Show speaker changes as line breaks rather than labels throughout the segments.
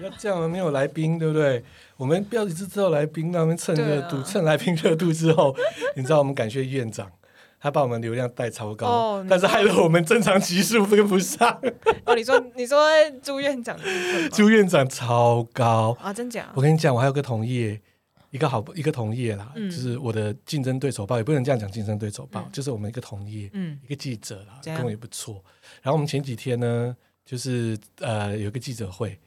要这样没有来宾，对不对？我们不要一直知道来宾，那我们趁热度，
对啊
趁来宾热度之后， 你知道我们感谢院长，他把我们流量带超高，
哦你
但是害得我们正常级数跟不 上。
哦，你说你说朱院长的部分吗
朱院长超高，
啊，真假
我？跟你讲，我还有个同业，一个好一个同业啦，
嗯
就是我的竞争对手报，也不能这样讲竞争对手报，
嗯
就是我们一个同业，
嗯
一个记者啦，
这样
跟我也不错。然后我们前几天呢，就是呃有一个记者会，
嗯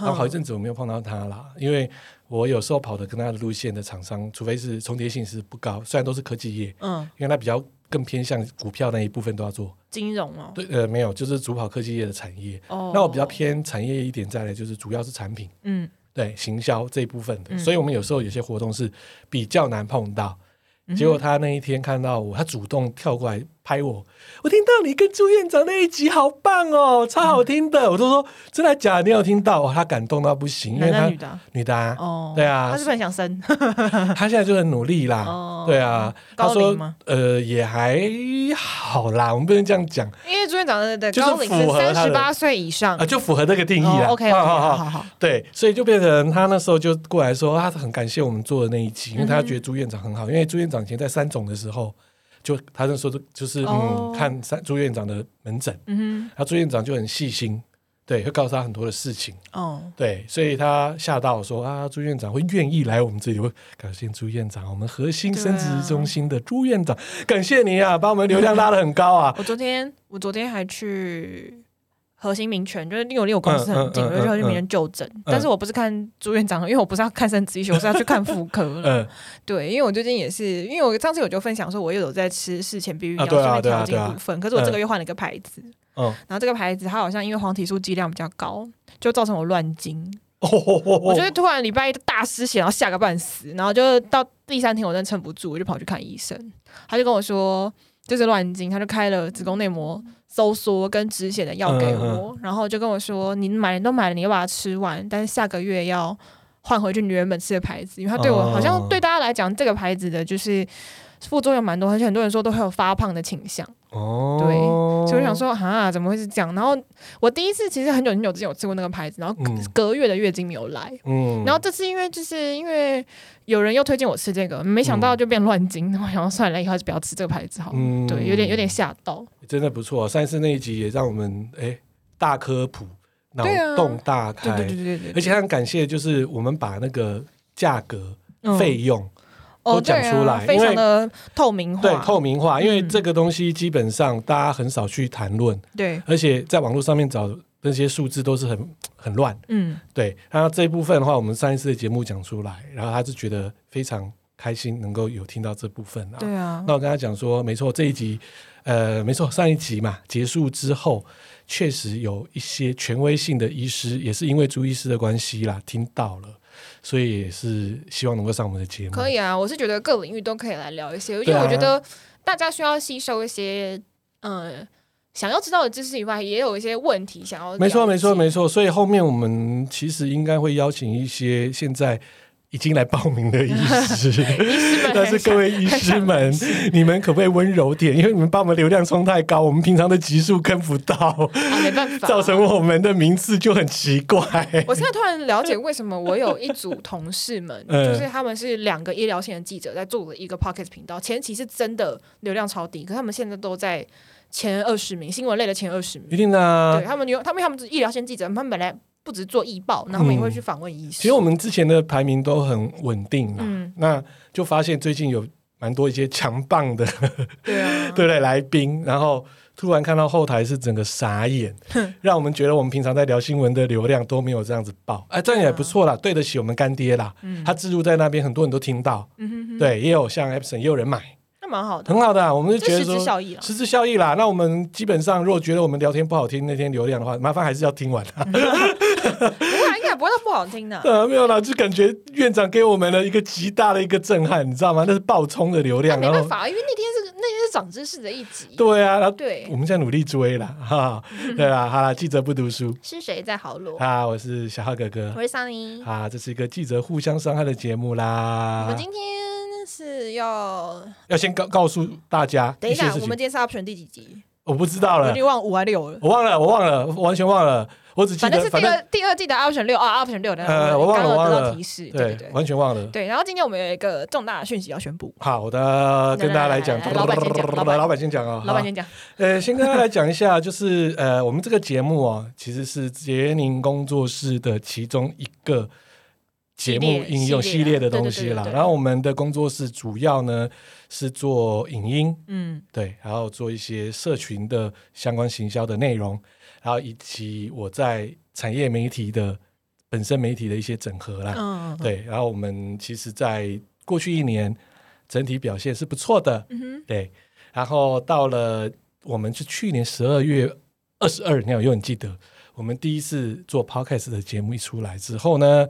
然后好一阵子我没有碰到他啦，因为我有时候跑的跟他的路线的厂商，除非是重叠性是不高，虽然都是科技业，
嗯，
因为他比较更偏向股票那一部分都要做。
金融哦，
对，呃，没有，就是主跑科技业的产业。
哦，
那我比较，偏产业一点，再来就是主要是产品。
嗯
对行销这一部分的，
嗯
所以我们有时候有些活动是比较难碰到。
嗯
结果他那一天看到我，他主动跳过来拍我，我听到你跟朱院长那一集好棒哦，超好听
嗯
的，我都说真的假的，你有听到？哦哇，他感动到不行，因为
男
他
的女的啊，
女的啊，
哦，
对啊
他是不是很 想生？
他现在就很努力啦，
哦
对啊，他
高龄
说
吗
呃也还好啦，我们不能这样讲啊、
因为朱院长的的
就是
高龄
符
是
合
三
他的
十八岁以上，
就符合这个定义啦。
哦 OK，
好好
好
好
好好，
对，所以就变成他那时候就过来说，他很感谢我们做的那一集，因为
嗯
他觉得朱院长很好，因为朱院长以前在三总的时候，就他那时候就就是、
哦
嗯看三朱院长的门诊，
嗯
然后朱院长就很细心，对，会告诉他很多的事情，
哼，哦，
对，所以他吓到说啊，朱院长会愿意来我们这里，我感谢朱院长，我们核心
对啊
生殖中心的朱院长，感谢你啊，把我们流量拉得很高啊，
我昨天我昨天还去核心民权，就是因为我离我公司很近，
嗯嗯嗯
我就去核心民权就诊。但是我不是看朱院长，因为我不是要看 生殖医学，我是要去看妇科了。
嗯，
对，因为我最近也是，因为我上次我就分享说，我又有在吃事前避孕
啊
药
对啊
顺便
对啊
调经
对啊
部分，可是我这个月换了一个牌子，
嗯
然后这个牌子它好像因为黄体素剂量比较高，就造成我乱经。
哦哦哦
我觉得突然礼拜一大失血，然后吓个半死，然后就到第三天我真的撑不住，我就跑去看医生，他就跟我说就是乱经，他就开了子宫内膜收缩跟止血的药
嗯
给我，然后就跟我说你买了都买了，你要把它吃完，但是下个月要换回去你原本吃的牌子，因为他对我、
哦
好像对大家来讲这个牌子的就是副作用蛮多，而且很多人说都会有发胖的倾向。
哦，
所以我想说，哈，怎么会是这样？然后我第一次其实很久很久之前有吃过那个牌子，然后隔
嗯
隔月的月经没有来，
嗯，
然后这次因为就是因为有人又推荐我吃这个，没想到就变乱经，然后想说算了，以后还是不要吃这个牌子好了。
嗯
对，有点有点吓到。
真的不错，上一次那一集也让我们哎、大科普，脑
对啊
洞大开，
对对对对对，
而且很感谢，就是我们把那个价格、
嗯
费用
哦
都讲
对
出来
啊，非常的透明化，
对透明化，因为
嗯
这个东西基本上大家很少去谈论，
对，
而且在网络上面找那些数字都是很很乱。
嗯，
对，然后这一部分的话，我们上一次的节目讲出来，然后他就觉得非常开心，能够有听到这部分啊。
对啊，
那我跟他讲说，没错，这一集，呃，没错，上一集嘛，结束之后，确实有一些权威性的医师，也是因为朱医师的关系啦，听到了，所以也是希望能够上我们的节目。
可
以，
以啊。我是觉得各领域都可以来聊一些，因
对
为
啊
我觉得大家需要吸收一些，嗯。想要知道的知识以外，也有一些问题想要了解。
没错，没错，没错。所以后面我们其实应该会邀请一些现在已经来报名的医师。
医师们
但是各位医师们，你们可不可以温柔点？因为你们把我们流量冲太高，我们平常的级数跟不到，
啊，没办法，
造成我们的名次就很奇怪。
我现在突然了解为什么我有一组同事们，
嗯
就是他们是两个医疗线的记者，在做了一个 Pocket 频道，前期是真的流量超低，可他们现在都在前二十名，新闻类的前二十
一
名。
定的、啊
对，他们有，他们他们是医疗线记者，他们本来不只做医报，然后他们也会去访问医师。
其实我们之前的排名都很稳定啦，
嗯
那就发现最近有蛮多一些强棒的
对啊，
对不对来宾，然后突然看到后台是整个傻眼， 让我们觉得我们平常在聊新闻的流量都没有这样子爆，哎，这样也不错啦，对得起我们干爹啦，
啊嗯
他置入在那边，很多人都听到，
嗯哼哼，
对，也有像 Epson 也有人买，
那蛮好的，
很好的啊、我们就觉
这
得
实质
说。
效益啊。
实质效益啦，那我们基本上如果觉得我们聊天不好听，那天流量的话，麻烦还是要听完啊。
不会啊，应该也不会到不好听的。
呃，没有啦，就感觉院长给我们了一个极大的一个震撼，你知道吗？那是爆冲的流
那
量，
没
然
办
后
法，因为那天是那天是长知识的一集。
对啊，然后
对嗯
我，们现在努力追啦，哈，对啦，好啦，记者不读书
是谁在好罗？
啊，我是小浩哥哥
我是桑尼。
啊，这是一个记者互相伤害的节目
我们
啦，
今天是要
要先告告诉大家
等一
些
下，
事
我们
情，呃
今天是要选第几集？
我不知道
我已
了，
经忘五还六了。
我忘了，我忘了，我完全忘了，我只记
反正
得
是第二第二季的 option 六啊，option 六的，
呃我忘了
刚好得
忘
到
了
提示，对
对
对对
完全忘了。
对。然后今天我们有一个重大的讯息要宣布，
好的，跟大家来讲，
来来来老板先讲
老板先讲啊，
老板老板先讲，
呃，先跟大家来讲一下，就是呃，我们这个节目哦，其实是杰宁工作室的其中一个节目应用
系列
系列的东西啦
对对对对。对
然后我们的工作室主要呢是做影音，
嗯，
对，然后做一些社群的相关行销的内容，然后以及我在产业媒体的本身媒体的一些整合啦。
嗯，
对，然后我们其实，在过去一年整体表现是不错的，
嗯哼，
对，然后到了我们是去年十二月二十二，你有永远记得，我们第一次做 podcast 的节目一出来之后呢，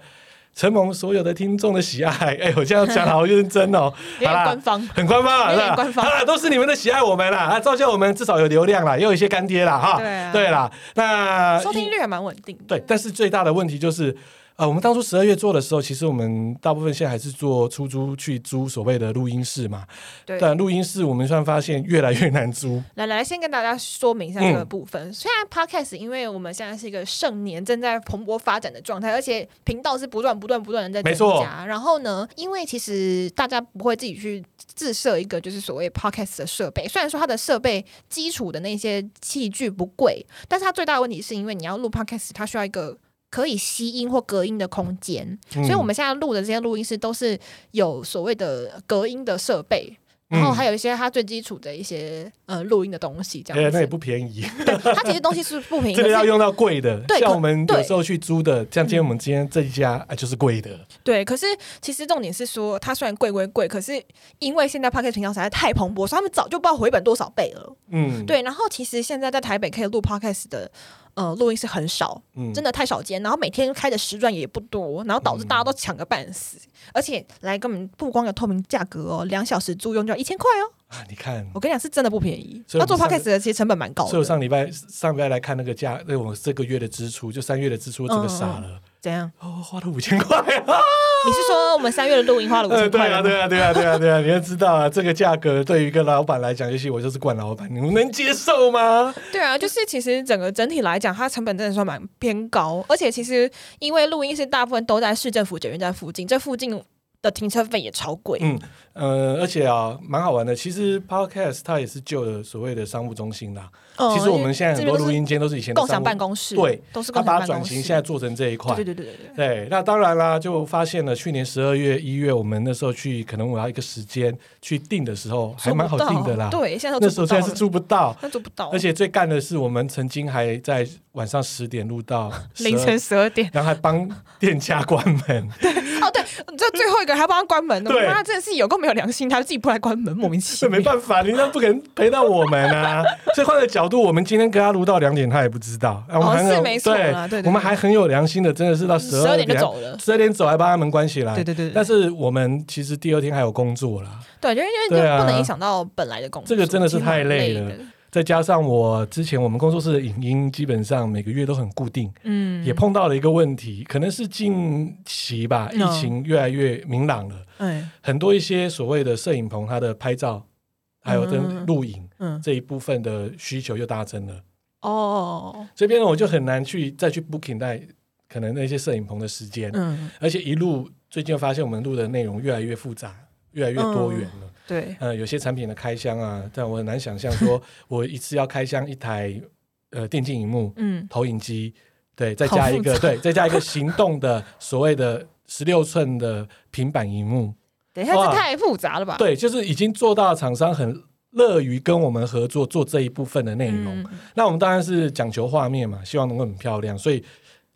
承蒙所有的听众的喜爱， 哎，我这样讲得好认真哦，
有
好
点
啦
官。方，
很官方啦，
有
是
点
吧？
官方
好啦，都是你们的喜爱我们啦，啊，造就我们至少有流量啦，也有一些干爹啦，哈，
对啊
啦，那
收听率还蛮稳定的，
对，但是最大的问题就是，呃，我们当初十二月做的时候，其实我们大部分现在还是做出租去租所谓的录音室嘛，
对
但录音室我们算发现越来越难租，
来来，先跟大家说明一下这个
嗯
部分。虽然 Podcast 因为我们现在是一个盛年正在蓬勃发展的状态，而且频道是不断不断不断的在
没错
增加。然后呢，因为其实大家不会自己去自设一个就是所谓 Podcast 的设备，虽然说它的设备基础的那些器具不贵，但是它最大的问题是因为你要录 Podcast，它需要一个。可以吸音或隔音的空间，
嗯
所以我们现在录的这些录音室都是有所谓的隔音的设备，
嗯
然哦后还有一些它最基础的一些呃录音的东西，这
哎、
样
那也
子。
不便宜，
它其实东西是 不平，
这个
可
要
是
用到贵的，
对
像
可
我们有
对嗯
时候去租的，像今天我们今天这一家啊就是贵的，
对。可是其实重点是说，它虽然贵归贵，可是因为现在 p o c k e t 频道实在太蓬勃，所以他们早就不知道回本多少倍了。
嗯，，
对，然后其实现在在台北可以录 podcast 的呃录音室很少，
嗯
真
的，
的太少见。然后每天开的时段也不多，然后导致大家都抢个半死。而且来根本不光有透明价格哦，两小时租用就要一千块哦。
啊、你看。
我跟你讲是真的不便宜。
所以
那
我
做
们上
podcast 的其实成本蛮高
所以我
的。
上礼拜上礼拜来看那个价，对我这个月的支出，就三月的支出，我整
嗯
个傻了，
怎样？
哦，花了五千块啊！
你是说我们三月的录音花了五
呃，
千
对
块
啊，
吗？
对啊，对啊，对啊，对啊，你要知道啊，这个价格对于一个老板来讲，尤其我就是惯老板，你们能接受吗？
对啊，就是其实整个整体来讲，它成本真的算蛮偏高，而且其实因为录音室大部分都在市政府捷运站附近，这附近的停车费也超贵。
嗯呃，而且啊，蛮好玩的。其实 Podcast 它也是旧的所谓的商务中心啦。
嗯
其实我们现在很多
这边都
录
是
音间都是以前的
共
商
享
务
办公室，
对，
都是
它
共享
把它
办
转
公
型，
室。
现在做成这一块
对。对对对对对，
对，那当然啦，就发现了去年十二月、一月，我们那时候去，可能我要一个时间去定的时候，还蛮好定的啦。
租不到对，现在都
那
租
时
不
候
到
现
了
在是租不到，
那做不到，
而且最干的是，我们曾经还在晚上十点录 到
凌
12
晨十二点。
然后还帮店家关 门，
哦，对，这最后一个人还帮他关门，
对
我妈真的是有够没有良心，他自己不来关门，莫名其
这没
妙。
办法，人家不可能陪到我们 啊。所以换个角度，我们今天跟他录到两点，他也不知道。啊、我们
哦
还很
是
有
没错啦对对对
我们还很有良心的，真的是到十
十
二
二点就走了，
十二点走还把他们关起来。
对对对对
但是我们其实第二天还有工作啦，
对，就因为就
对啊
不能影响到本来的工作，
这个真的是
其实蛮
太累了
的。
再加上我之前我们工作室的影音基本上每个月都很固定，
嗯，
也碰到了一个问题，可能是近期吧，
嗯
疫情越来越明朗了，
哎，
很多一些所谓的摄影棚，它的拍照还有
嗯
跟录影。
嗯，
这一部分的需求又大增了，
哦，
这边呢我就很难去再去 booking 在可能那些摄影棚的时间，
嗯，
而且一路最近发现我们录的内容越来越复杂，越来越多元
嗯
了。
对，
呃，有些产品的开箱啊，但我很难想象说我一次要开箱一台呃电竞荧幕、
嗯，
投影机，对，再
好
加
复
一个
杂
对，再加一个行动的所谓的十六寸的平板荧幕，
等一下，
哇
这太复杂了吧？嗯
对，就是已经做到厂商很乐于跟我们合作做这一部分的内
嗯，
容。那我们当然是讲求画面嘛，希望能够很漂亮，所以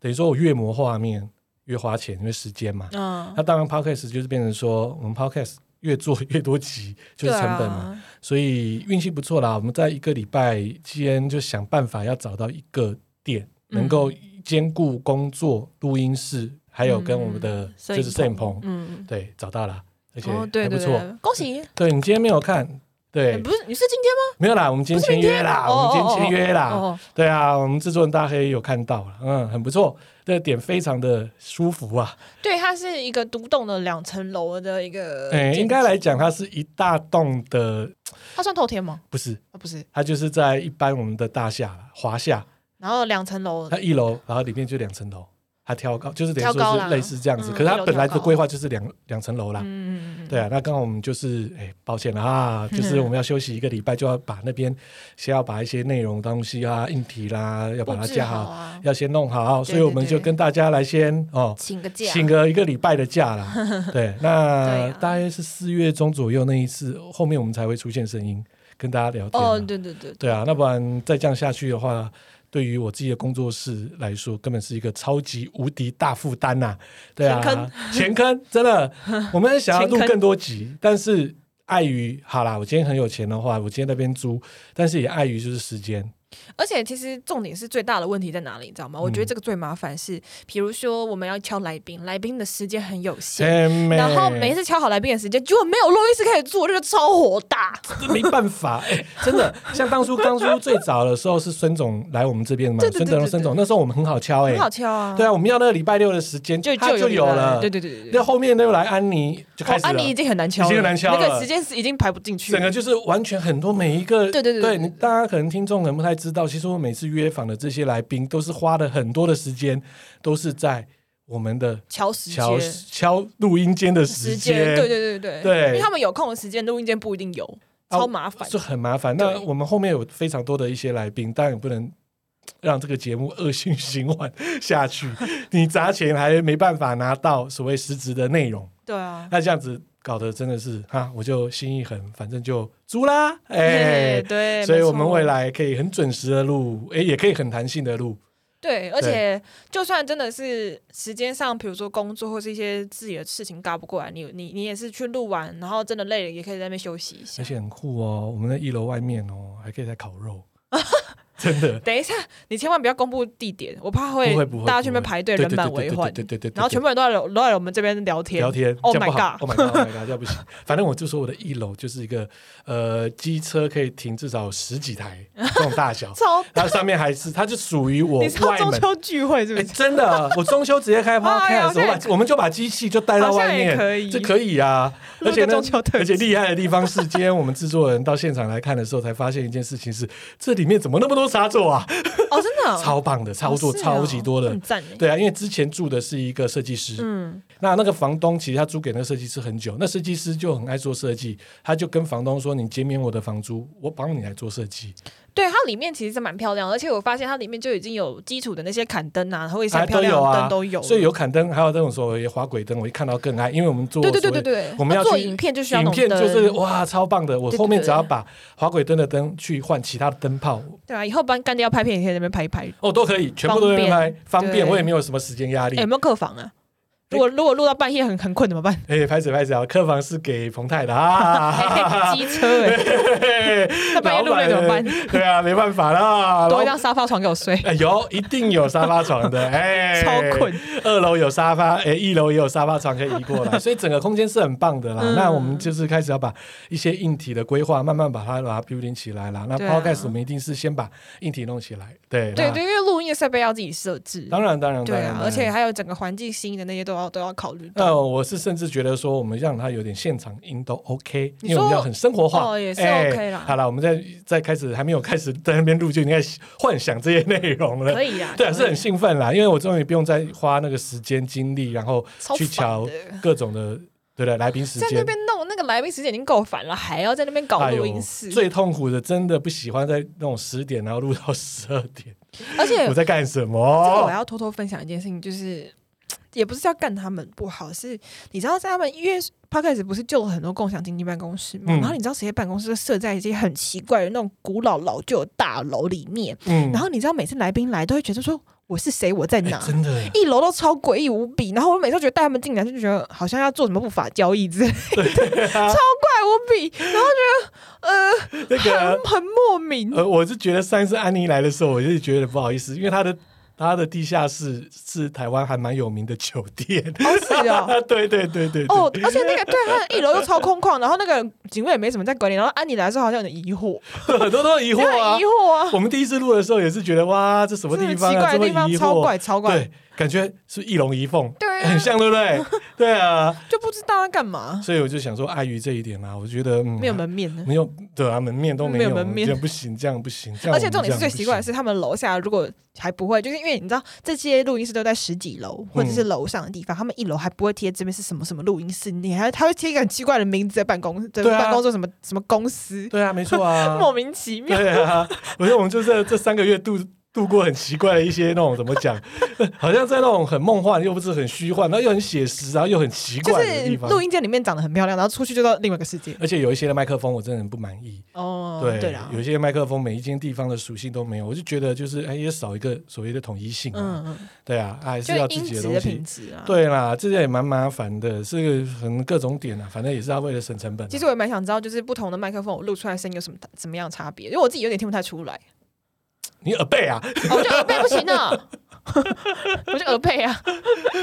等于说我越磨画面越花钱，因为时间嘛。
嗯，
那当然，podcast 就是变成说我们 podcast 越做越多集，就是成本嘛。
对啊。
所以运气不错啦，我们在一个礼拜间就想办法要找到一个店，
嗯
能够兼顾工作、录音室，还有跟我们的
摄
就是摄影棚。
嗯，
对，找到了，而且
哦，对
还不
对
错。
对，恭喜！
对你今天没有看，
哎
对，
不是，你是今天
没有啦，我们今天签约啦，
不是明
我
天
们今天签约啦。
吗？哦，
对啊，我们制作人大黑有看到了，嗯，很不错，这个点非常的舒服啊。
对，它是一个独栋的两层楼的一呃个
哎、
建筑，
应该来讲，它是一大栋的，
它算透天吗？
不是，
啊，不是，
它就是在一般我们的大厦啦华夏
然后两层楼
它一楼，然后里面就两层楼，它挑高，就是等于
挑高
说
啦
是类似这样子。
嗯
可是它
一楼
本来
挑
的
高
规划就是两两层楼啦。
嗯嗯嗯，
对啊，那刚好我们就是，哎，抱歉了 啊，就是我们要休息一个礼拜，就要把那边先要把一些内容东西啊、硬体啦，要把它
布置
架
好
好，
啊，
要先弄好，
对
所以我们
对
就
对
跟大家来先哦，
请个假，
请个一个礼拜的假 啦。对，那
对啊
大约是四月中左右那一次，后面我们才会出现声音跟大家聊天啊。
哦，对对对
对啊，那不然再这样下去的话，对于我自己的工作室来说，根本是一个超级无敌大负担呐、对啊，
前坑，
前坑，真的，我们想要录
前坑
更多集，但是碍于好啦，我今天很有钱的话，我今天那边租，但是也碍于就是时间，
而且其实重点是最大的问题在哪里，你知道吗？
嗯
我觉得这个最麻烦是，比如说我们要敲来宾，来宾的时间很有限。然
然
后每一次敲好来宾的时间，结果没有录音师可以做，这个超火大。
没办法，哎、真 的，像当初当初最早的时候是孙总来我们这边嘛，
对对对
孙德荣
对对
孙总，那时候我们很好敲、
很
哎
好，敲啊，
对啊，我们要那个礼拜六的时间，
就
他
有
就
礼拜
有了，
对对对对
那
对。
后面又来安妮就开始了，
安妮已经很难敲了，
已经很难敲了
那个时间是已经排不进去了。
整个就是完全很多每一个
对对对对对
你大家可能听众可能不太知道，其实我每次约访的这些来宾都是花了很多的时间，都是在我们的
敲时间
敲，敲录音间的时
时
间，
间，对对对对
对
因为他们有空的时间，录音间不一定有，
啊
超麻烦。
就很麻烦。
对
那我们后面有非常多的一些来宾，当然不能。让这个节目恶性循环下去， 你砸钱还没办法拿到所谓实质的内容，
对啊，
那这样子搞得真的是哈，我就心一横，反正就租啦，哎、
对 对，
所以
没错
我们未来可以很准时的录，诶，也可以很弹性的录。
对，而且就算真的是时间上，比如说工作或是一些自己的事情嘎不过来，你你你也是去录完，然后真的累了，也可以在那边休息一下
而。且很酷哦，我们在一楼外面哦，还可以再烤肉，真的。
等一下，你千万不要公布地点，我怕
不
会
会不会，
大家去
不
那
会
边排队，
对
人满为患。
对对对对对对对对对
然后全部人都在聊都在我们这边聊天，
聊天
Oh
这样不
my
好
god，
，Oh my god，Oh my god，这样不行。反正我就说我的一楼就是一个呃，机车可以停至少十几台这种大小
超。
它上面还是它就属于我
你上
外
中
门。
秋聚会是不
哎，
是？
真的，我中秋直 接开
哎
podcast，我
呀好像也
把我们就把机器就带到
好像
外
也
面，
可以
这可以啊。而且呢
录个中秋，特
而且
辑
厉害的地方是，今天我们制作人到现场来看的时候，才发现一件事情是，这里面怎么那么多插座啊？
哦，真的 哦
超棒的，操作
哦是哦
超级多的
很。赞哎。
对啊，因为之前住的是一个设计师，
嗯，
那那个房东其实他租给那个设计师很久，那设计师就很爱做设计，他就跟房东说：“你减免我的房租，我帮你来做设计。
对，它里面其实是蛮漂亮的，而且我发现它里面就已经有基础的那些砍灯啊，还有一些
哎
很漂
都有
亮的
啊
灯都有了，
所以有砍灯，还有那种所谓滑轨灯，我一看到更爱，因为我们做
对对对
所谓
对对，
我们要
做
去
影片就需要那
影
种
片就
灯
是哇，超棒的！我
对对
后面
对
只要把滑轨灯的灯去换其他的灯泡，
对啊，以后帮干爹要拍片，也可以在那边拍一拍。
哦，都可以，全部都在那边
方便
拍，方便，
对
我也没有什么时间压力
哎有。没有客房啊？如果如果录到半夜很很困怎么 办？
哎，拍手拍手啊，客房是给彭泰的啊。
机车哎， 那半夜录
老
累
板
怎么办？
对啊，没办法啦。
多一
老
张沙发床给我睡，
哎有，一定有沙发床的，哎，
超困。
二楼有沙发，哎，一楼也有沙发床可以移过来，所以整个空间是很棒的啦。
嗯
那我们就是开始要把一些硬体的规划，慢慢把它把它 building 起来啦。那
对啊
podcast 我们一定是先把硬体弄起来，对
对
那
对，因为录音的设备要自己设置，
当然当然
对
当然
啊，，
当
而
然
且。还有整个环境新的那些都要都要考虑到。
呃，我是甚至觉得说，我们让它有点现场音都 OK，
你
因为我们
说
要很生活化，
哦也是
哎
OK 啦
好了，我们在在开始还没有开始在那边录，就应该幻想这些内容了
可。以啊，
对啊，
可以
是很兴奋啦，因为我终于不用再花那个时间精力，然后
超
去
烦
瞧
的，
各种的，对的，来宾时
在那
间。
边弄那个来宾时间已经够烦了，还要在那边搞
哎
录
呦
音室，
最痛苦的，真的不喜欢在那种十点，然后录到十二点，
而且
我在哦干什
哎这个我
么？
要偷偷分享一件事情，就是也不是要干他们不好，是你知道在他们因为 p o d c a s 不是救了很多共享经济办公室嘛，
嗯
然后你知道这些办公室设在一些很奇怪的那种古老老旧的大楼里面，
嗯
然后你知道每次来宾来都会觉得说我是谁，我在
哎
哪。
真的，
一楼都超诡异无比，然后我每次都觉得带他们进来就觉得好像要做什么不法交易之类的，
啊
超怪 无比，然后
那
觉得
个
呃很莫名，
啊呃，我是觉得上一次安妮来的时候，我就觉得不好意思，因为她的她的地下室是台湾还蛮有名的酒店。
好是哦，
对对对对对
哦，而且那个对，它一楼又超空旷，然后那个警卫也没什么在管理，然后安妮来的时候好像有点疑 惑，
很多都很疑惑
有
啊
点疑。惑啊，
我们第一次录的时候也是觉得哇，这什么
这
地
很
方
奇
啊，
怪
这
的
么
地方
疑
超
惑，
怪超怪，
对，感觉是不是一龙一凤。
对对啊
很，像，对不对？对啊，
就不知道他干嘛，
所以我就想说，碍于这一点啦，我觉得、嗯、
没有门面呢。
没有对啊，门面都没
没有门面
这样不行，这样不行，这样
而且重
我们这
点是最
样不
奇怪的
行，
是，他们楼下如果还不会，就是因为你知道这些录音室都在十几楼或者是楼上的地方，他们一楼还不会贴这边是什么什么录音室，你还他会贴一个很奇怪的名字在办公在
对啊
办公桌什么什么公司，
对啊，没错 啊，
莫名其 妙。
对啊，我觉得我们就在这三个月度度过很奇怪的一些那种怎么讲， 好像在那种很梦幻又不是很虚幻，然后又很写实，然后又很奇
就
怪的
是
地方。
录音间里面长得很漂亮，然后出去就到另外一个世界。
而且有一些的麦克风我真的很不满意，
哦，
对，
对啦
有，一些麦克风每一间地方的属性都没有，我就觉得就是哎也少一个所谓的统一性、啊，
嗯嗯，
对啊，啊还是
就
要自
音
己
质
东
的
西
品。质啊。，
对啦，这些也蛮麻烦的，是个很各种点啊，反正也是要为了省成本、啊。
其实我也蛮想知道，就是不同的麦克风我录出来的声音有什么怎么样的差别，因为我自己有点听不太出来。
你耳背啊，
哦我就耳背不行 啊，我就耳背啊。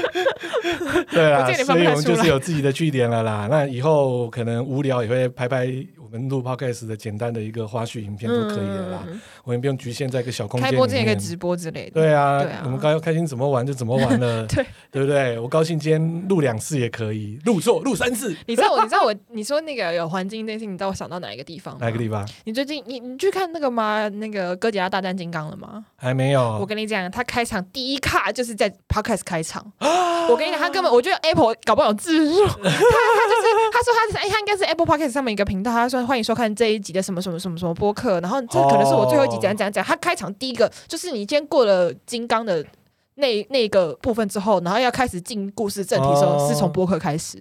对
我
啊
这个，
所
你放不
以
太
我们
出来
就是有自己的据点了啦。 那以后可能无聊也会拍拍我们录 podcast 的简单的一个花絮影片都可以了啦。
嗯
我们不用局限在一个小空间
开
里
播
面。
之前也可以直播之类的。
对啊，
对啊
我们高开心怎么玩就怎么玩了，
对
对不对？我高兴今天录两次也可以，录错录三次，
你知道我，你知道我， 你说那个有环境那些，你知道我想到哪一个地方吗？
哪个地方
你最近你你去看那个吗？那个《哥吉拉大战金刚》了吗？
还没
我
有？
跟你讲，他开场第一卡就是在 podcast 开场。我跟你讲，他根本我觉得 Apple 搞不好有自 入，他他就是他说他是他应该是 Apple podcast 上面一个频道，他说欢迎收看这一集的什么什么什么什么播客，然后这可能是我最后一集
哦
讲讲讲。他开场第一个就是你今天过了金刚的。那那个部分之后，然后要开始进故事正题的时候，
哦
是从播客开始，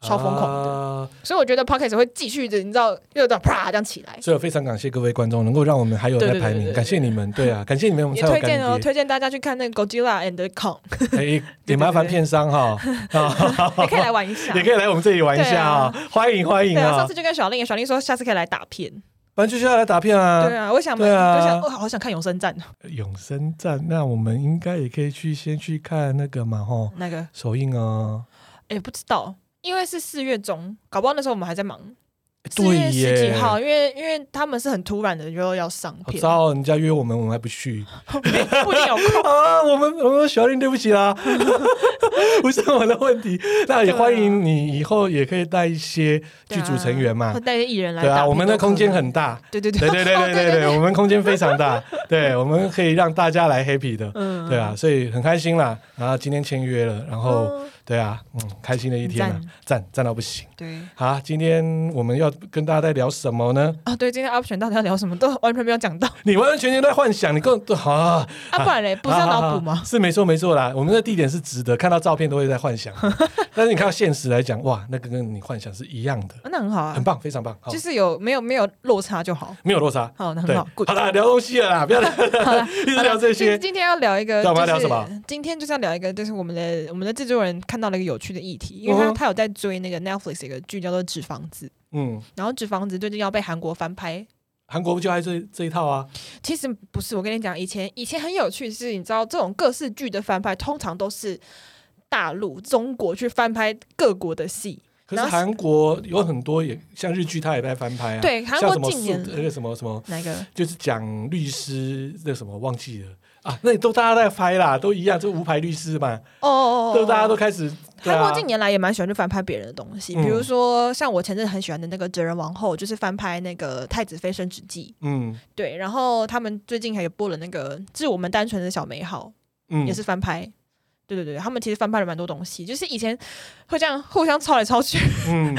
超疯狂的。
啊
所以我觉得 podcast 会继续的，你知道，又有点啪这样起来。
所以我非常感谢各位观众能够让我们还有
对
在
对对
排
对对
名，
对
感谢你们，对啊，感谢你们，我们
也
才有
推
干
荐哦，
爹。
推荐大家去看那个 Godzilla and the Kong，
哎，也麻烦片商哈， 啊
也可以来玩一 下。
也可以来我们这里玩一下啊，欢迎欢迎
对啊，上
啊
次！就跟小令，小令说下次可以来打片。
反正就是要来打片
对
啊。
啊，我想买，
对啊
我想，我好想看《永生战》哦
永生站，那我们应该也可以去先去看那个嘛吼
那个，
首映啊。
哎，不知道，因为是四月中，搞不好那时候我们还在忙。四
对
月十几
耶，
号，因为因为他们是很突然的就要上
好
片，
糟哦，人家约我们，我们还不去
不一定有空。
啊！我们我们小林，对不起 啦，不是我的问题。那也欢迎你以后也可以带一些 剧组成员嘛
会，带艺人来
对啊，
打片都可以。
我们的空间很大，
对对
对对
对
对对对对， 我们空间非常大，对，我们可以让大家来 happy 的，
嗯
对啊，所以很开心啦。然后今天签约了，然后
嗯
对啊，嗯，开心的一天啊
赞，
赞赞到不行。
对
好，今天我们要跟大家在聊什么呢？
啊，对，今天 option 到底要聊什么，都完全没有讲到。
你完完全全在幻想，你更好、 啊，
啊，不然嘞，不是要脑补
啊啊
吗？
是没错没错啦，我们的地点是值得，看到照片都会在幻 想，但是你看到现实来讲，哇，那个跟你幻想是一样的，
啊 那很好啊
很，棒，非常棒，好
就，是有没有没有落差就好。
没有落差。
好，那
对，
很好
好
，good。
了，聊东西 了啦，不要 一直聊这
今
些。
今天要聊一
那
个，就
我
是
们要聊什
今天就是要聊一个，就是我们的我们的制作人看到了一个有趣的议题，因为
嗯
他
哼
他有在追那个 Netflix 一个剧叫做《纸房子》，
嗯，
然后《纸房子》最近要被韩国翻拍。
韩国不就爱这这一套啊？
其实不是，我跟你讲，以前以前很有趣的是，你知道这种各式剧的翻拍，通常都是大陆中国去翻拍各国的戏。
可是
然后是
韩国有很多也像日剧，它也在翻拍啊。
对韩国
像什么
近年
素那个什么什么，
哪一个？
就是讲律师那什么忘记了啊？那都大家在拍啦，都一样，就无牌律师嘛，
哦哦哦
都
哦，
大家都开始。对
韩
啊
国近年来也蛮喜欢去翻拍别人的东西，
嗯
比如说像我前阵很喜欢的那个《哲人王后》，就是翻拍那个《太子妃升职记
嗯》。
对，然后他们最近还有播了那个《致我们单纯的小美好
嗯》，
也是翻拍。对对对，他们其实翻拍了蛮多东西，就是以前会这样互相抄来抄去，
嗯，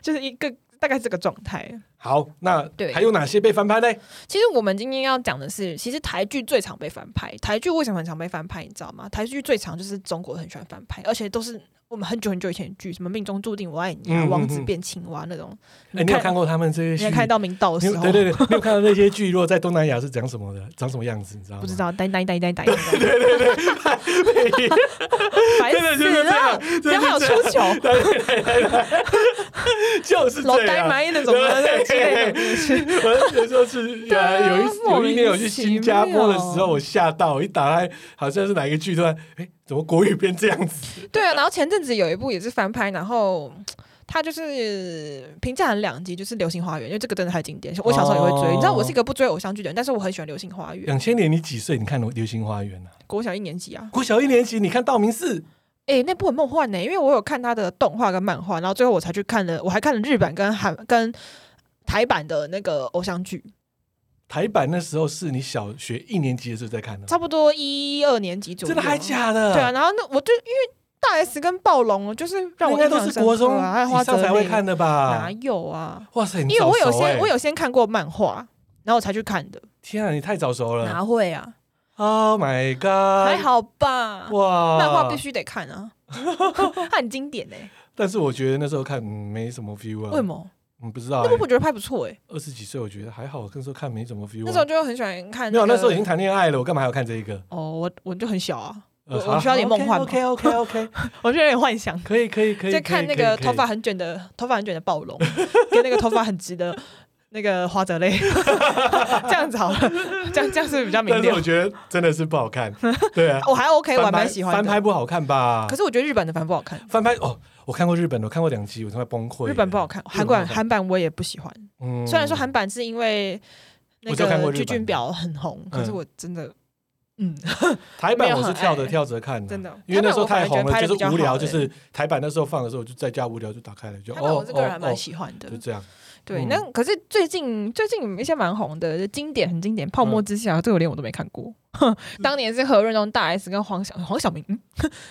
就是一个大概这个状态。
好，那
对
还有哪些被翻拍呢？
其实我们今天要讲的是，其实台剧最常被翻拍。台剧为什么很常被翻拍？你知道吗？台剧最常就是中国很喜欢翻拍，而且都是我们很久很久以前的剧，什么《命中注定我爱你》啊，
嗯嗯嗯
王子变青蛙》那种。
哎，你有看过他们这些
你
剧？
也看到明道的
你
时
有
候，
对对对，你有看到那些剧落在东南亚是长什么的，长什么样子，你知道吗？
不知道，呆呆呆呆呆，对， 烦
真的就
死
是这
了
样，，
不要害我
就是这样啊
出 糗，
对对对对， 就是
老
这
呆
样。
埋那 种的之类的。
我有时候是
对啊
有一
莫
有
名
一年我去新加坡的时
其妙
候，我吓到，我一打开好像是哪一个剧，突然哎，怎么国语变这样子？
对啊，然后前阵子有一部也是翻拍，然后。它就是评价很两极，就是《流星花园》，因为这个真的太经典，我小时候也会追。
哦
你知道我是一个不追偶像剧的人，但是我很喜欢《流星花园
两千年你几岁？你看《流星花园》啊？》，
国小一年级啊，
国小一年级你看《道明寺》，
哎、那部很梦幻呢、因为我有看他的动画跟漫画，然后最后我才去看了，我还看了日版跟韩跟台版的那个偶像剧，
台版那时候是你小学一年级的时候在看的吗，
差不多一二年级左右。
真的还假的？
对啊，，然后那我就因为大 S 跟暴龙，就是让
应
我
该
印
都
象
是
深
国
刻
中
啊，还有花
以
泽
上才会
类
看的
哪
吧？
有啊？
哇塞，你
因为我有
早熟欸
先我有先看过漫画，然后我才去看的。
天啊，你太早熟了
哪会啊？
！Oh my god，
还好吧，
哇，
漫画必。须得看啊， 它很经典呢、欸
但是我觉得那时候看、嗯、没什么 feel 啊，
为什？么？
嗯，不知道、
那部
欸
我。觉得拍不错哎、
二十几岁我觉得还好，那时候看没什么 feel、啊。
那时候就很喜欢看、
没有，那时候已经
看。
谈恋爱了，我干嘛还要看这一个？
哦，我我就很小啊，
呃
我我需要点梦幻吗
OK OK OK，
我就有点幻想，
可以可以可以。
就看那
可以
个
可以
头发很卷的头发很卷的暴龙， 跟那个头发很直的 那个花泽类， 这样子好了， 这样这样是不是比较明
但是
亮哦
我。觉得真的是不好 看。对啊，
我还 OK，我还
翻拍
蛮喜欢
翻拍
的。
不好看吧
可？是我觉得日本的反而不好看，
翻拍哦，我看过日本的，我看过两集，我他妈崩溃。
日本不好看，韩版韩版我也不喜欢。
嗯
虽然说韩版是因为那
我只有看过
个
日
具
版
俊表很红，可是我真的，嗯，
台版
没有
我是
很
跳着
爱
跳着看的，
真的
嗯因为那时候
台
太
版我
红
反而觉得拍
了，
得
就
比较
是
好
无聊，就
欸
是台版那时候放的时候，我就在家无聊就打开了，就
他们
哦
我这个人还
哦
蛮
哦，
喜欢的
就。这样。
对，
嗯
那可是最近最近有一些蛮红的，就经典很经典，《泡
嗯
沫之夏》这个连我都没看过。哼， 当年是何润东、大 S 跟黄晓黄晓明，嗯，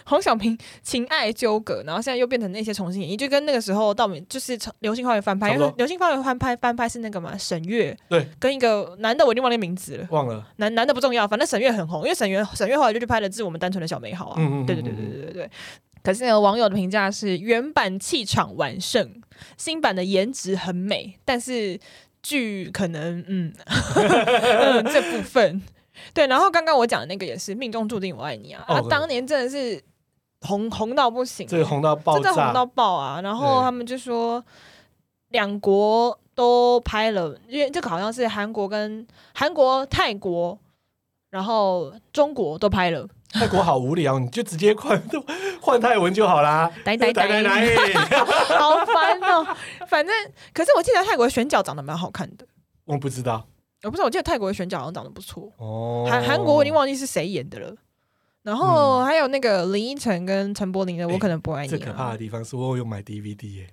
黄晓明情爱纠葛，然后现在又变成那些重新演绎，就跟那个时候到底就是《流星花园》翻拍，
差不
因
多
为《流星花园》翻拍翻拍是那个嘛沈月，
对，
跟一个男的我已经忘记名字了，
忘了，
男男的不重要，反正沈月很红，因为沈月沈月后来就去拍了《致我们单纯的小美好》啊，
嗯嗯嗯
对对对对对对对。可是呢，网友的评价是原版气场完胜，新版的颜值很美，但是剧可能嗯 嗯这部分对。然后刚刚我讲的那个也是《命中注定我爱你》啊，
哦
啊，当年真的是红红到不行，欸
这个红到爆
哎真的红到
炸，
爆啊！然后他们就说，两国都拍了，因为这个好像是韩国跟韩国、泰国，然后中国都拍了。
泰国好无聊，你就直接换换泰文就好啦。
呆哎呆
呆
呆，
呆，
好烦哦！反正，可是我记得泰国的选角长得蛮好看的。
我不知道
我不是，我记得泰国的选角好像长得不错。
哦。
韩韩国我已经忘记是谁演的了。然后还有那个林依晨跟陈柏霖的，
哎
我可能不爱你
最可怕
啊。
的地方是我有买 DVD 耶，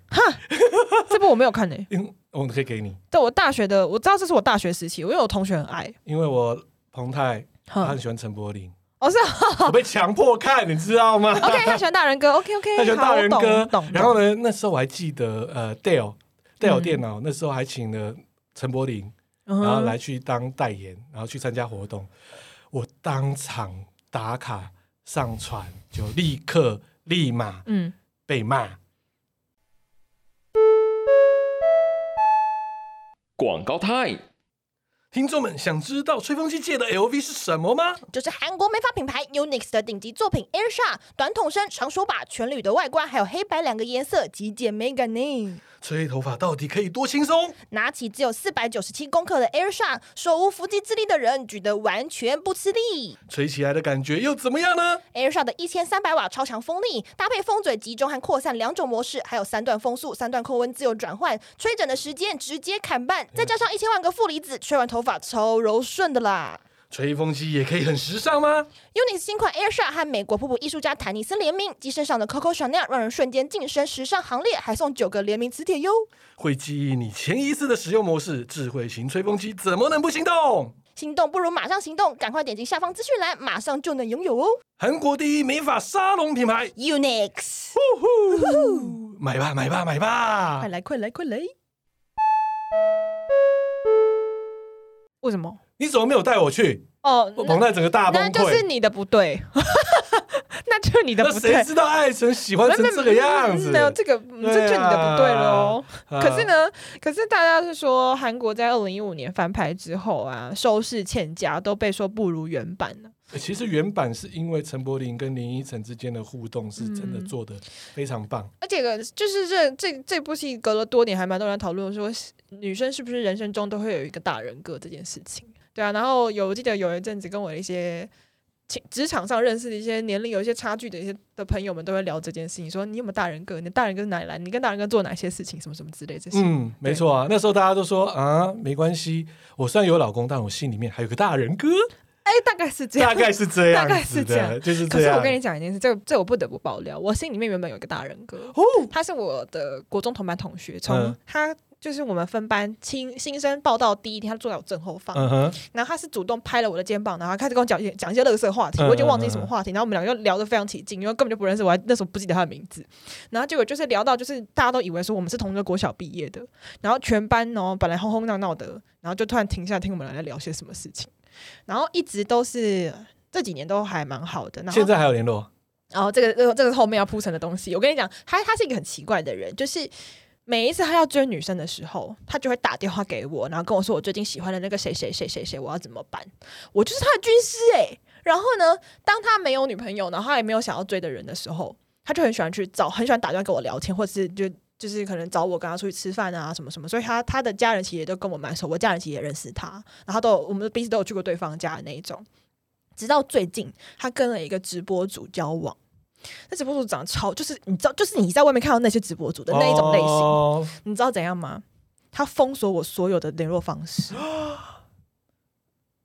这部我没有看呢、欸
因为我可以给你，
但我大学的，我知道这是我大学时期，因为我有同学很爱。
因为我彭泰他
哼
很喜欢陈柏霖，
哦，是啊
我被强迫看，你知道吗？
OK，他喜欢大人哥。OK OK，
他喜欢大人哥
懂懂。
然后呢，那时候我还记得，呃，Dell Dell
嗯
电脑那时候还请了陈柏霖，
然
嗯
然后来去当代言，然后去参加活动，我当场打卡上传，就立刻立马
嗯，
被骂。
广告 time。
听众们想知道吹风机界的 LV 是什么吗？
就是韩国美发品牌 Unix 的顶级作品 Airsha，短筒身、长手把、全铝的外观，还有黑白两个颜色，极简美感呢。
吹头发到底可以多轻松？
拿起只有四百九十七公克的 Airsha，手无缚鸡之力的人举得完全不吃力。
吹起来的感觉又怎么样呢？
Airsha 的一千三百瓦超强风力，搭配风嘴集中和扩散两种模式，还有三段风速、三段控温自由转换，吹整的时间直接砍半，再加上一千万个负离子，吹完头发超柔顺的啦。
吹风机也可以很时尚吗？
Unix 新款 Airsha 和美国瀑布艺术家坦尼斯联名，机身上的 Coco Chanel 让人瞬间晋升时尚行列，还送九个联名磁铁哟。
会记忆你前一次的使用模式，智慧型吹风机怎么能不心动？
心动不如马上行动，赶快点击下方资讯栏，马上就能拥有哦。
韩国第一美发沙龙品牌，
Unix，
买吧买吧买吧
快！来快来快来！
为什么？
你怎么没有带我去？
哦，
我
那
彭泰整个大崩
那就是
溃。
你的不对， 那就是你的
那
不
谁
对。
知道爱神喜欢成这个样子
没？有这个，嗯这就是你的不对了哦。
啊
可是，呢，可是大家是说韩国在二零一五年翻拍之后啊，收视欠佳，都被说不如原版了。
欸其实原版是因为陈柏霖跟林依晨之间的互动是真的
嗯
做的非常棒。
而且个就是这这这部戏隔了多年，还蛮多人讨论说，女生是不是人生中都会有一个大人格这件事情？对啊，然后有我记得有一阵子跟我一些情职场上认识的一些年龄有一些差距的一些的朋友们都会聊这件事情，说你有没有大人格？你的大人格是哪里来？你跟大人格做哪些事情？什么什么之类这些。
嗯，没错 啊，那时候大家都说啊，没关系，我虽然有老公，但我心里面还有个大人哥。
哎、
哎，大概是这样
大。概是这样
大概是
子
这样
的，就是
可
这
是
样。
我跟你讲一件事，这这我不得不爆料，我心里面原本有一个大人哥，
哦，
他是我的国中同班同学，从
嗯
他就是我们分班新新生报到第一天，他坐在我正后方，
嗯哼，
然后他是主动拍了我的肩膀，然后开始跟我讲一些讲一些乐色话题，
嗯
我已经忘记什么话题，然后我们两个就聊得非常起劲，因为根本就不认识，我还那时候不记得他的名字，然后结果就是聊到就是大家都以为说我们是同一个国小毕业的，然后全班哦本来轰轰闹闹的，然后就突然停下来听我们俩在聊些什么事情，然后一直都是。这几年都还蛮好的，然后
现在还有联络，
然后这个这个这个是后面要铺陈的东西。我跟你讲，他他是一个很奇怪的人，就是每一次他要追女生的时候，他就会打电话给我，然后跟我说我最近喜欢的那个谁谁谁谁谁，我要怎么办？我就是他的军师诶、然后呢，当他没有女朋友，然后他也没有想要追的人的时候，他就很喜欢去找，很喜欢打电话跟我聊天，或者是就。就是可能找我跟他出去吃饭啊，什么什么，所以他他的家人其实也都跟我蛮熟，我家人其实也认识他，然后都有我们彼此都有去过对方家的那一种。直到最近，他跟了一个直播主交往，那直播主长得超，就是你知道，就是你在外面看到那些直播主的那一种类型，
哦
你知道怎样吗？他封锁我所有的联络方式。
哦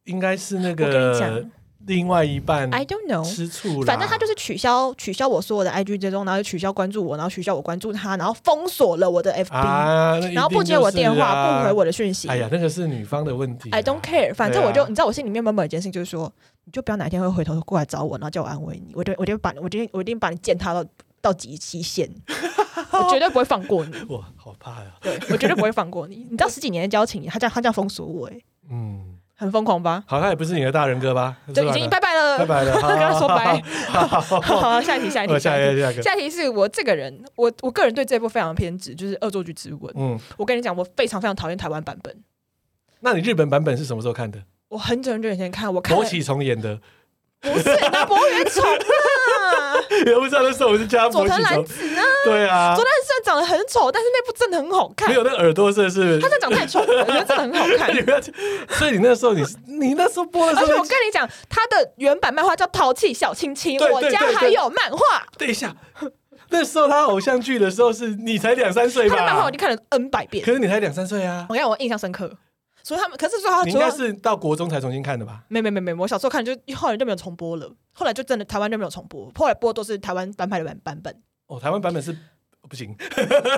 应该是那
我跟你
个
讲
另外一半
，I don't know。
吃醋啦，
反正他就是取消取消我所有的 IG 追踪，然后又取消关注我，然后取消我关注他，然后封锁了我的 FB，、
啊，那一定
然后不接我电
就是
话，
啊
不回。我的讯息。
哎呀，那个是女方的问题啊。
I don't care，反正我就、
对啊
你知道我心里面闷闷一件事情，就是说，你就不要哪天会回头过来找我，然后叫我安慰你，我就我就把我今天我一定把你践踏到到极 极限，我绝对不会放过你。
哇，好怕呀。
对我绝对不会放过你。你知道十几年的交情，他这样他这样封锁我、欸，
嗯，
很疯狂吧？
好，他也不是你的大人哥吧？
就是已
吧
经拜拜了，
拜拜 了，
跟他说拜。
好。好好
好好，下一题，下一
我
题，
下一
一
个，下一
题。
个。
下一题是我这个人，我我个人对这部非常偏执，就是《恶作剧之吻》。
嗯，
我跟你讲，我非常非常讨厌台湾版本。
那你日本版本是什么时候看的？
我很久很久以前看，我看了
罗启崇演的，
不是那博元崇啊，
也不知道那时候我是加
佐
罗
藤
启
蓝
崇。
子啊，
对啊
佐，藤蓝子虽然长得很丑，但是那部真的很好看
没。有那个耳朵真的是
他。真的长太丑了，我觉得真的很好看
你。不要去， 所以你那时候你是你那时候播的时
而
候
且我
你，
跟你讲，他的原版漫画叫《淘气小亲亲
对》，
我
对
家
对
还
对
有漫画。
等一下，那时候他偶像剧的时候是你才两三岁
他的漫画
吧
我已？经看了 N 百遍
可，是你才两三岁啊
我，跟你讲我印象深刻。所以他们，可是哦说他
你
主
应该
要
是到国中才重新看的吧？
没没没没，我小时候看就后来就没有重播了，后来就真的台湾就没有重播，后来播都是台湾翻拍的版版 本。
哦，台湾版本是哦不行，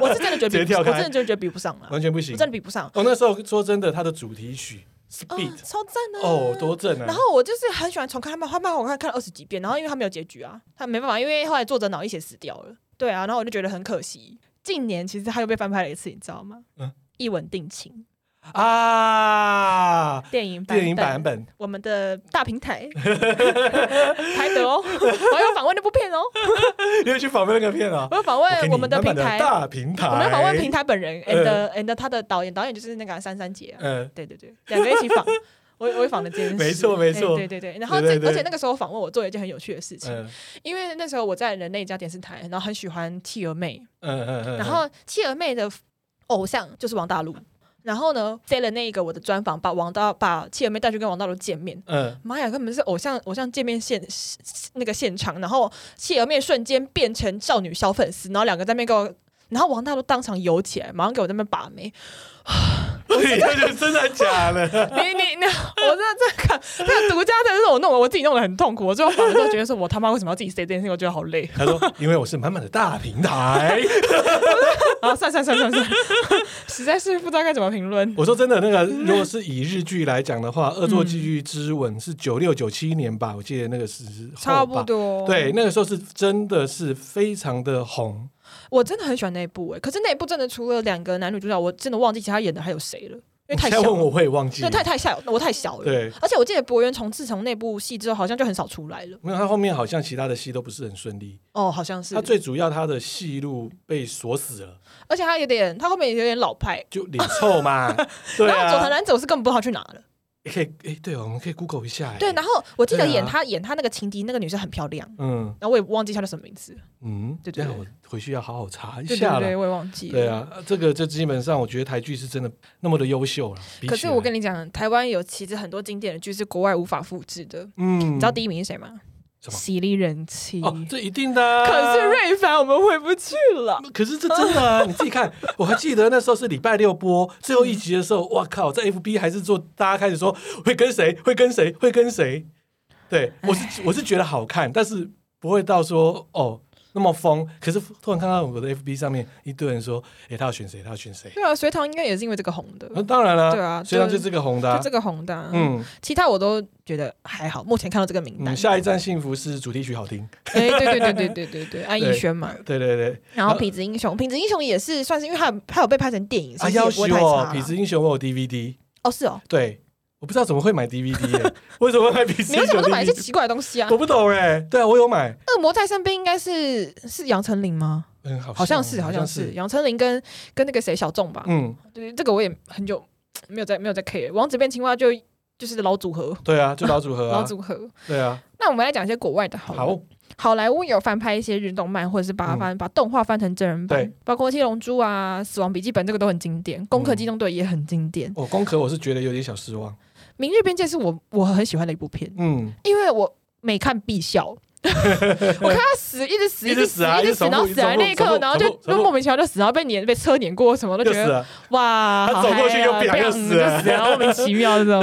我是真的觉
直
得
接
比不
跳
我
开
真的就觉得比不上了，我
完全不行。
真的比不上。
哦，那时候说真的，它的主题曲
啊
Speed，
超赞的
哦，多正啊！
然后我就是很喜欢重看他漫画，漫画我看看了二十几遍，然后因为他没有结局啊，他没办法，因为后来作者脑溢血死掉了。对啊，然后我就觉得很可惜。近年其实他又被翻拍了一次，你知道吗？
嗯
一吻定情
啊，
电影版
电影版 本
我们的大 平台台德哦，我要访问那部片哦，
你要去访问那个片啊、
我要访
我给
问
你
我们的
满满
平台，
大平台，
我们要访问平台本人
呃
，and uh, and 他的导演，导演就是那个珊珊姐啊，
嗯，
对对对，两个一起访，我我会访的这件事，
没错没错
对对对对，然后
对
这
对对
而且那个时候访问我做了一件很有趣的事情，
嗯
因为那时候我在人类一家电视台，然后很喜欢企鹅妹，
嗯嗯嗯，
然后企鹅妹的偶像就是王大陆。然后呢，接了那一个我的专访，把王大把企鹅妹带去跟王大陆见面，
嗯
妈呀，根本是偶像偶像见面现那个现场，然后谢尔妹瞬间变成少女小粉丝，然后两个在那边给我，然后王大陆当场游起来，马上给我在那边把妹。
你这就真的假的？
你你你，我真的这个这个独家真的是我弄的，我自己弄得很痛苦。我最后反而就觉得说，我他妈为什么要自己 say 这件事情？我觉得好累。
他说，因为我是满满的大平台。
然后啊算算算算算，实在是不知道该怎么评论。
我说真的，那个如果是以日剧来讲的话，《恶作剧之吻》是九六九七年吧，我记得那个时候吧
差不。多，
对，，那个时候是真的是非常的红，
我真的很喜欢那一部诶、欸可是那一部真的除了两个男女主角，我真的忘记其他演的还有谁了，因为太
你
小
现在问
了，
我我也忘记
对，
了。
太太小，我太小了。
对，
而且我记得博元从自从那部戏之后，好像就很少出来了。
没有，他后面好像其他的戏都不是很顺利。
哦，好像是
他。最主要他的戏路被锁死了，
而且他有点，他后面也有点老派。
就脸臭 嘛。对
然后佐藤
啊，
蓝子，我是根本不知道他去哪了。
也可以哎，对哦，我们可以 Google 一下。哎
对，然后我记得
对啊
演他、演他那个情敌那个女生很漂亮，
嗯
然后我也忘记她叫什么名字。
嗯，
对对
那
对
我回去要好好查一
对
下
对
了
对，。我也忘记了。
对。啊，这个这基本上我觉得台剧是真的那么的优秀了。比
可
起
是
来
我跟你讲，台湾有其实很多经典的剧是国外无法复制的。
嗯，
你知道第一名是谁吗？
什么
犀利人妻。
哦，这一定的啊、
可是瑞凡我们回不去了。
可是这真的 啊！你自己看，我还记得那时候是礼拜六播最后一集的时候，哇靠，在 FB 还是做大家开始说会跟谁，会跟谁，会跟谁，对我是我是觉得好看，但是不会到说哦那么疯。可是突然看到我的 FB 上面一堆人说，诶，他要选谁，他要选谁。
对啊，隋唐应该也是因为这个红的，
那、当然啦、
对啊
虽然
就
就这个红的、啊
就，这个红的啊、
嗯
其他我都觉得还好。目前看到这个名单
嗯，，下一站幸福是主题曲好听，
哎、对对对对对对对，安以轩嘛，
对呃对对。
然后痞子英雄，痞子英雄也是算是，因为他有他有被拍成电影，
啊，
所以也
要
不
挟
会太
我
差啦。
痞子英雄，我有 DVD，
哦，是哦，
对，我不知道怎么会买 DVD，耶、 为什么会买痞子
你
英
为什
雄
么都买一些
DVD？
奇怪的东西啊
我？不懂哎、对啊，我有买，
恶魔在身边应该是是杨丞琳吗？
嗯，好
好像
像
是，好
好
像是，杨丞琳跟跟那个谁小众吧。
嗯，
对，这个我也很久没有在没有在 care。王子变青蛙就就是老组合，
对啊，就老组合
老
啊，
组合。
对啊，
那我们来讲一些国外的好了，
好，
好莱坞有翻拍一些日动漫，或者是把它翻、把动画翻成真人版
嗯对，
包括《七龙珠》啊、《死亡笔记本》这个都很经典，《攻壳机动队》也很经典，
我功课我是觉得有点小失望，
明日边界》是我我很喜欢的一部片，
嗯，
因为我每看 必笑。我看他死，一直死，
一直
直
死
死，
啊
一
一直
直死，
重复
然后死在那一
重
刻
复，
然后
重
就
复重
就
复
莫名其妙就死，然后被碾被车碾过什么，都
又
觉
死
得
了，
哇，
他
好
走过
嗨
去又
啊
啪
砰
又
就
死
死
了
然后莫名其妙这种。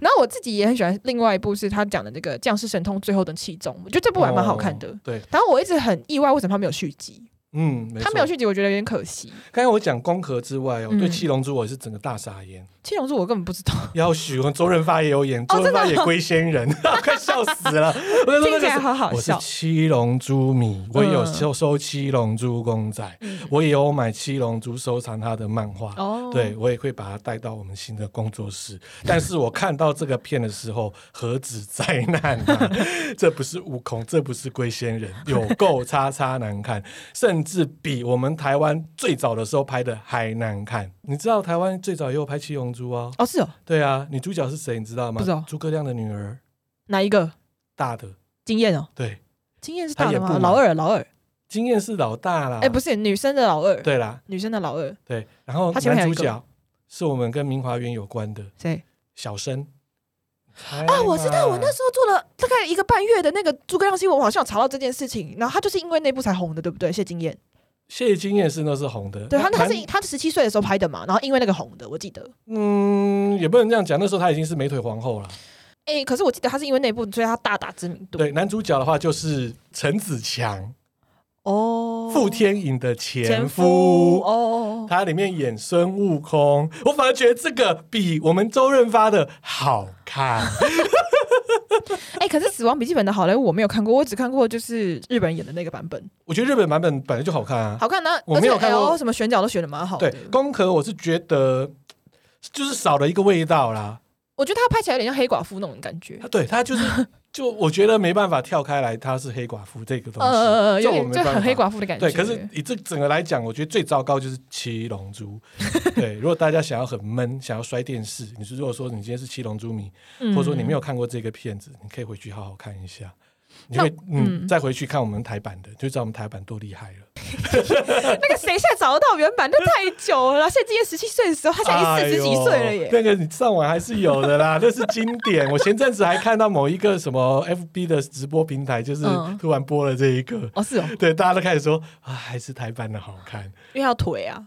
然后我自己也很喜欢另外一部是他讲的那个《降世神通：最后的气宗》，我觉得这部还蛮好看的。
哦对，
然后我一直很意外，为什么他没有续集？
嗯，没
他没有
错。
续集，我觉得有点可惜。
刚才我讲宫壳之外哦，
嗯
对七龙珠我是整个大傻眼。
七龙珠我根本不 知道，
要许我周润发也有演，周润发也归仙 人，快笑死了。我在说那
哦听起
个
来
是。
好好
我是
笑。
七龙珠迷，我也有
嗯
收收七龙珠公仔，我也有买七龙珠收藏他的漫画。
哦
对，我也会把它带到我们新的工作室。但是我看到这个片的时候，何止灾难啊！ 这不是悟空，这不是龟仙人，有够叉叉难看， 甚至比我们台湾最早的时候拍的还难看。你知道台湾最早也有拍七龙珠哦？
哦，是哦，
对啊，女主角是谁？你知道吗？
不知道
诸葛亮的女儿，
哪一个？
大的，
经验哦，
对，
经验是大的
他
吗？
演布嘛
老二，老二。
经验是老大啦。
哎，不是，女生的老二，
对啦，
女生的老二，
对，然后
他前面
男
还有一
主
个
角是我们跟明华园有关的
谁？
小生。
啊，
啊
我知道，我那时候做了大概一个半月的那个诸葛亮新闻，我好像有查到这件事情，然后他就是因为那部才红的，对不对？谢金燕，
谢金燕是那是红的，
对他
那
他是他十七岁的时候拍的嘛，然后因为那个红的，我记得。
嗯，也不能这样讲，那时候她已经是美腿皇后了。
哎、可是我记得他是因为那部，所以他大打知名度。
对，男主角的话就是陈子强，
哦，
傅天颖的前
前
夫。
哦，
他里面演孙悟空，我反而觉得这个比我们周润发的好 看。
哎、可是《死亡笔记本》的好莱坞我没有看过，我只看过就是日本人演的那个版本，
我觉得日本版本本来就好看啊。
好看呢、
我没有看过
而且 L 什么选角都选的蛮好
对
的。，
宫壳我是觉得就是少了一个味道啦。
我觉得他拍起来有点像黑寡妇那种感觉
它。对，它就是就我觉得没办法跳开来，它是黑寡妇这个东西，
呃，
这
有
我
点
没
就
办法。
很黑寡妇的感觉。
对，可是以这整个来讲，我觉得最糟糕就是《七龙 珠》。对，如果大家想要很闷，想要摔电视，你是如果说你今天是《七龙珠》迷，
嗯
或者说你没有看过这个片子，你可以回去好好看一下。你
那
会嗯，
嗯
再回去看我们台版的，就知道我们台版多厉害了。
那个谁现在找得到原版？那太久了啦，现在今年十七岁的时候，他现在已经四十几岁了
哎
耶。
呦那个你上网还是有的啦，那是经典。我前阵子还看到某一个什么 FB 的直播平台，就是
嗯
突然播了这一个，
哦，是哦，
对，大家都开始说啊，还是台版的好看，
因为他有腿啊。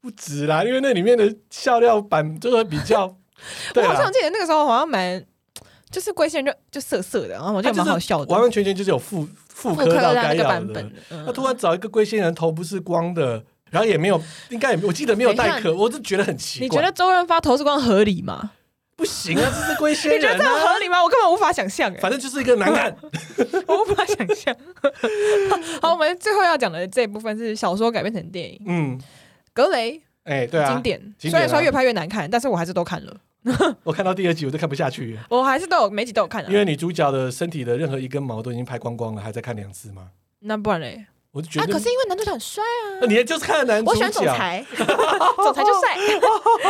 不止啦，因为那里面的笑料版就会比 较，
我
对
好
啦
像。记得那个时候好像蛮，就是龟仙人就就涩涩的，然后我觉
它
得
就是
蛮好笑的。
完完全全就是有复复
复
刻
刻
到
的
该
那个
要
版
的
本。，嗯
他突然找一个龟仙人，头不是光的，然后也没有，应该也没有我记得没有
等
带
一下
壳，我就觉得很奇怪。
你觉得周润发头是光合理吗？
不行 啊？这是龟仙
你觉
人
得这样
啊，
合理吗？我根本无法想象，哎，
反正就是一个难 看。
我无法想象。 好，我们最后要讲的这一部分是小说改编成电影，
嗯，
格雷
哎、对啊，
经典，
经典啊
虽然说越拍越难看，但是我还是都看了，
我看到第二集我都看不下去，
我还是都有每集都有看啊
因
的。
为女主角的身体的任何一根毛都已经拍光光了，还在看两次吗？
那不然嘞？
我就觉
啊，
得，
可是因为男主角很帅啊，
你就是看男主角，
我喜欢总裁，
总裁就 帅。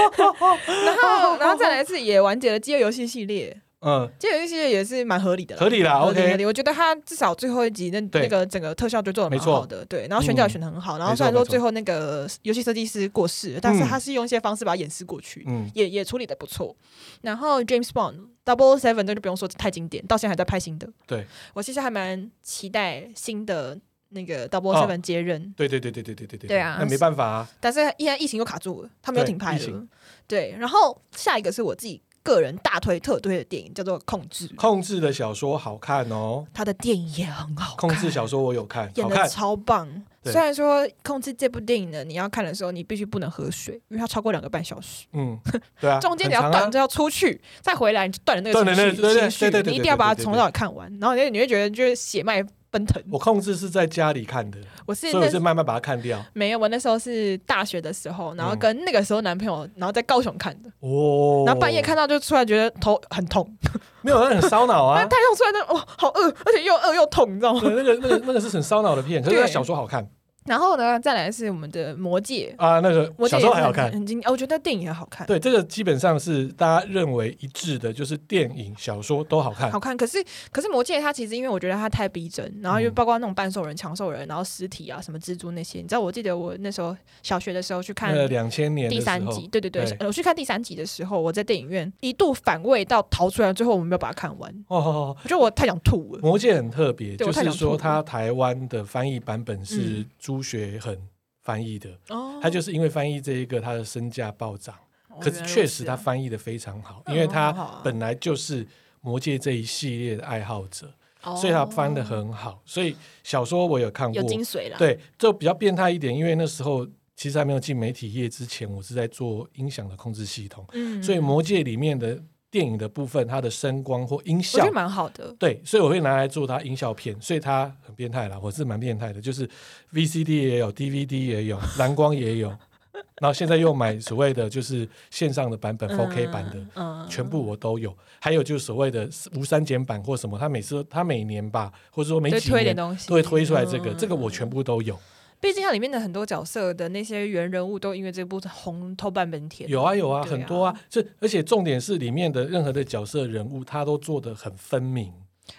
然后，然后再来是也完结了饥饿游戏系列，
嗯，
饥饿游戏系列也是蛮合理的啦，
合理啦
合理合
，OK，
理。我觉得他至少最后一集那
对嗯
那个整个特效就做的蛮好的，对。然后选角也选的很好，然后虽然说最后那个游戏设计师过世了，但是他是用一些方式把它掩饰过去，
嗯，
也也处理的不错。然后 James Bond Double Seven 这就不用说，太经典，到现在还在拍新的。
对，
我其实还蛮期待新的那个 Double
哦
Seven 接任。
对对对对对对对对，
对啊
那没办法啊，
但是依然疫情又卡住了，他们又
对
停拍
疫情
了。对，然后下一个是我自己
个人大推特推的电影，叫做《控制》。
控制的小说好看哦，
他的电影也很好看，
控制小说我有看，
演
好
的
看。
超棒。
对
虽然说《控制》这部电影呢，你要看的时候，你必须不能喝水，因为它超过两个半小时，
嗯，对啊，
中间
很
你要
长啊
断就要出去，再回来你就断了那个
断了
情绪，
那对对
情绪
对对对
你一定要把
对对
它
对
从头到尾看完，然后你你会觉得就是血脉奔腾。
我控制是在家里看的，
我是
所以
那
我是慢慢把它看掉。
没有，我那时候是大学的时候，然后
嗯
跟那个时候男朋友，然后在高雄看的，
哦，
然后半夜看到就突然觉得头很痛，
没有，那很烧脑
但
啊。嗯
太痛出来的哇，好饿，而且又饿又痛，你知道吗？
对，那个那个那个是很烧脑的片，可是
对
那小说好看
然后呢，再来是我们的《魔戒
啊，那个》，
魔戒
小
也
说
是
还好
很
看。
很经典，哦我觉得电影也好看，
对，这个基本上是大家认为一致的，就是电影、小说都好看
好。看。可是可是《魔戒》它其实因为我觉得它太逼真，然后又
嗯
包括那种半兽人、强兽人，然后尸体啊什么蜘蛛那些，你知道，我记得我那时候小学的时候去看。
呃，两千年的
第三
时候
集，，对对对，呃
对
我去看第三集的时候，我在电影院一度反胃到逃出来，最后我没有把它看完，
哦哦哦，
我觉得我太想吐了。
魔戒很特别，就
对我太
是
想吐
说
了
它台湾的翻译版本是
嗯
朱学恒翻译的，
哦
他就是因为翻译这一个，他的身价暴涨。
哦
可
原
是
来如
确实
此
他
啊
翻译的非常好，
嗯
因为
好好
他
啊
本来就是魔戒这一系列的爱好者，所以他翻的
哦
很好。所以小说我有看
有
过，
精啊髓啦。，
对，就比较变态一点，因为那时候其实还没有进媒体业之前，我是在做音响的控制系统，
嗯
所以魔戒里面的电影的部分，它的声光或音
我觉
效
得。蛮好的。
对，所以我会拿来做它音效片，所以它很变态啦，我是蛮变态的，就是 VCD 也有，DVD 也有，蓝光也有，然后现在又买所谓的就是线上的版本 4K 版的，
嗯
全部我都有，还有就是所谓的无删减版或什么，它每次它每年吧，或者说每
就
几
推点
年
东西，
都会推出来这个，
嗯
这个我全部都有。
毕竟它里面的很多角色的那些原人物都因为这部红透半边天。
有啊有啊，
嗯对
很多啊，这而且重点是里面的任何的角色人物，他都做得很分明。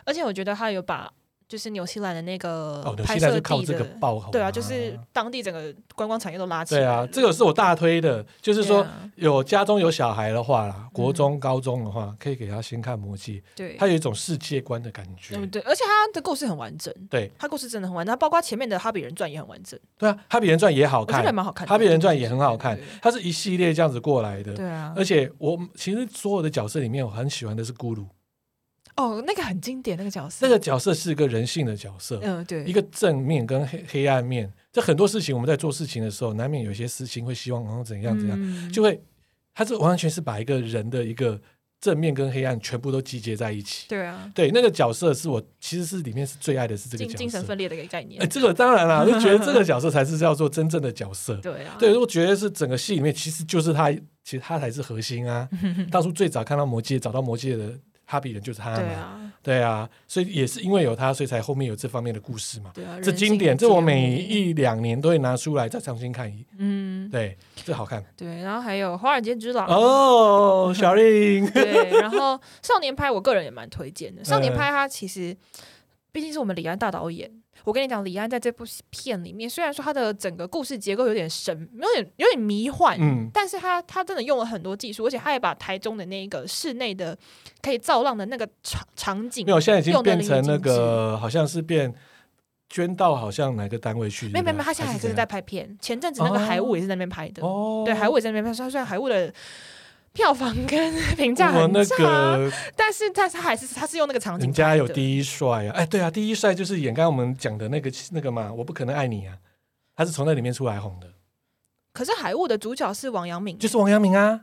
而且我觉得他有把就是纽西兰的那
哦
个，
纽
呃拍
西兰
摄
是靠
地
这个
的，
爆红，
对啊，就是当地整个观光产业都拉起来
对
了。
啊，这个是我大推的，就是
对
说
啊嗯
有家中有小孩的话啦，国中、高中的话，可以给他先看《魔戒》，
对，
他有一种世界观的感觉。
嗯对，而且他的故事很完整。
对
他故事真的很完整，它包括前面的《哈比人传》也很完整，
对啊，《哈比人传》也好
我觉得还
看，
蛮好看
《
的。
哈比人传》也很好看
对对，
它是一系列这样子过来的。
对啊
而，且我其实所有的角色里面，我很喜欢的是咕
嗯
噜
哦，那个很经典那个角色，
这个角色，是一个人性的角色。
嗯对，
一个正面跟黑黑暗面，这很多事情我们在做事情的时候，难免有一些事情会希望然后怎样怎样，
样
就会他是完全是把一个人的一个正面跟黑暗全部都集结在一起。
对啊，
对，那个角色是我其实是里面是最爱的是这个
精
角色。
精神分裂的一个概念
哎，。这个当 然啦，就觉得这个角色才是叫做真正的角色。
对啊，
对，我觉得是整个戏里面其实就是他，其实他才是核心 啊。当初最早看到魔戒，找到魔戒的哈比人就是他嘛。
对啊，
对啊，所以也是因为有他，所以才后面有这方面的故事嘛。
对啊，
这
人
经
性
典，
的
这我
揭
每
露
一两年都会拿出来再重新看一，
嗯
对，这好看
对，然后还有《华尔街之 狼》。
哦，小 令
对，然后少年派我个人也蛮推荐的。少
嗯
年派他其实毕竟是我们李安大导演，我跟你讲，李安在这部片里面，虽然说他的整个故事结构有点神，有点有点迷幻，
嗯，
但是他他真的用了很多技术，而且他也把台中的那个室内的可以造浪的那个场场景
没，有，现在已经
用得
变
淋漓
成那
尽致
个，好像是变捐到好像哪个单位去，
没有没
对不对
有没有，他现在还
是
是在拍片。前阵子那个
哦
海雾也是在那边拍的
怎样，哦，
对，海雾也在那边拍。虽然虽然海雾的票房跟 评价
我
很
那
差，
个
但是但是他还是他是用那个场景
人
拍的，
家有第一帅啊，哎，对啊，第一帅就是演刚刚我们讲的那个那个嘛，我不可能爱你啊，他是从那里面出来红的，
可是海雾的主角是王阳明，
就是王阳明啊，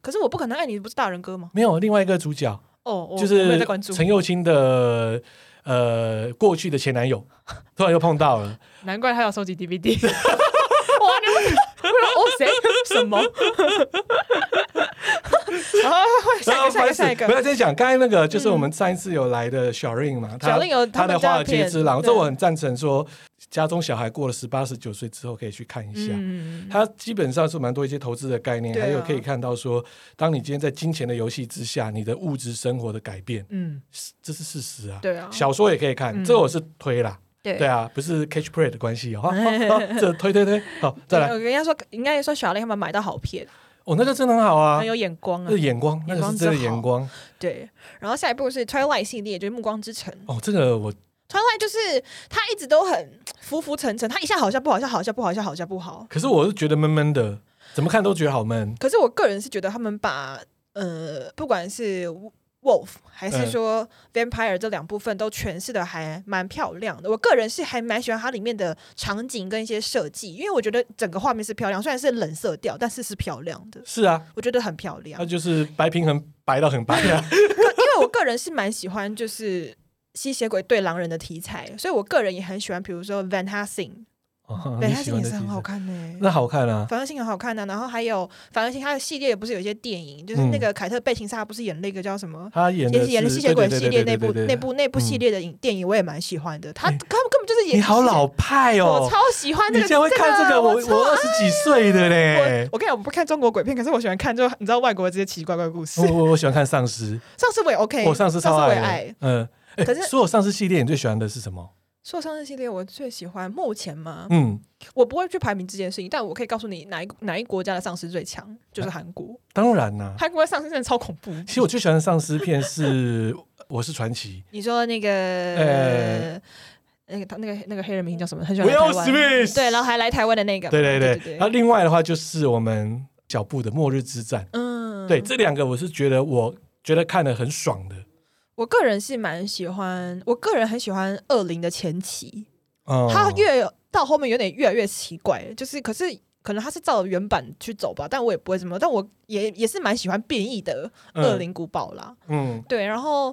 可是我不可能爱你不是大人哥吗？
没有另外一个主角
哦，我
就
我没有
是
在关注，
陈幼卿的呃过去的前男友，突然又碰到了。
难怪他要收 集 DVD。哇，你们我说哦谁什 么？好，
然
哦下
后
一个下一个下一
不
个，嗯
要再讲。刚才那个就是我们上一次有来的小令嘛，他
小令有
他
他
的《
们
华
家
尔
的
街
片
之狼》，这
对
我很赞成说，家中小孩过了十八、十九岁之后可以去看一下。
嗯，
它基本上是蛮多一些投资的概念，
对啊
还有可以看到说，当你今天在金钱的游戏之下，你的物质生活的改变，
嗯，
是这是事实啊。
对啊，
小说也可以看，
嗯
这我是推啦，
对
对。啊，不是 catch play 的关 系哦。好好好这推推推，好再来，
我跟人家说，呃应该说小令他们买到好片，
哦，那个真的很好啊
很，有眼光啊
那。眼光，那个是真的眼
眼
光
对，然后下一部是 Twilight 系列，就是《暮光之城》。
哦，这个我
Twilight 就是它一直都很浮浮沉沉，它一下好像不好，一下好像不好，一下好像不好。
可是我是觉得闷闷的，怎么看都觉得好闷。
可是我个人是觉得他们把呃，不管是 Wolf 还
嗯
是说 Vampire 这两部分都诠释的还蛮漂亮的。我个人是还蛮喜欢它里面的场景跟一些设计，因为我觉得整个画面是漂亮，虽然是冷色调，但是是漂亮的，
是啊，
我觉得很漂亮
它。就是白平衡白到很白啊，
因为我个人是蛮喜欢就是吸血鬼对狼人的题材，所以我个人也很喜欢，比如说 Van Helsing，Van
哦你喜
Helsing
欢
也
的
是很
题材
好看的、欸
那好看啊，
反而性很好看的、然后还有反而性，它的系列不是有一些电影，就是
嗯
那个凯特·贝琴莎不是演那个叫什么，
他演
也
的
是演了
是
吸血鬼系列
对对对对
那部
对对
那部那部
嗯
系列的影电影，我也蛮喜欢的。他他
哎
们根本就是演
你好老派
我
哦，
超喜欢这
你
个，哎
竟然会看这个，我哎
超
我二十几岁的
我
嘞，
我跟你讲，我不看中国鬼片，可是我喜欢看，就你知道外国的这些奇奇怪怪的故事
我。我我喜欢看丧尸，
上次我也 OK，
嗯我丧尸超
哎我也
爱
爱
的，。嗯，哎
可是
所有丧尸系列你最喜欢的是什么？
说上次系列我最喜欢，目前嘛，
嗯，
我不会去排名这件事情，但我可以告诉你哪一哪一国家的丧尸最强，就是韩国。
当然啦，
韩国的丧尸真的超恐怖。
啊其实我最喜欢的丧尸片是《我是传奇
你说那个、
呃
那个他那个那个黑人名叫什么？很》喜欢来
，Will
台湾。
Smith，
对，然后还来台湾的那个嘛。
对对 啊
对
对，然后另外的话就是我们脚步的《末日之战》，
嗯，
对，这两个我是觉得我觉得看的很爽的，
我个人是蛮喜欢，我个人很喜欢二零的前期，
嗯，
它越到后面有点越来越奇怪，就是可是。可能它是照原版去走吧，但我也不会怎么，但我也也是蛮喜欢变异的《恶灵古堡》啦。
嗯，
对，然后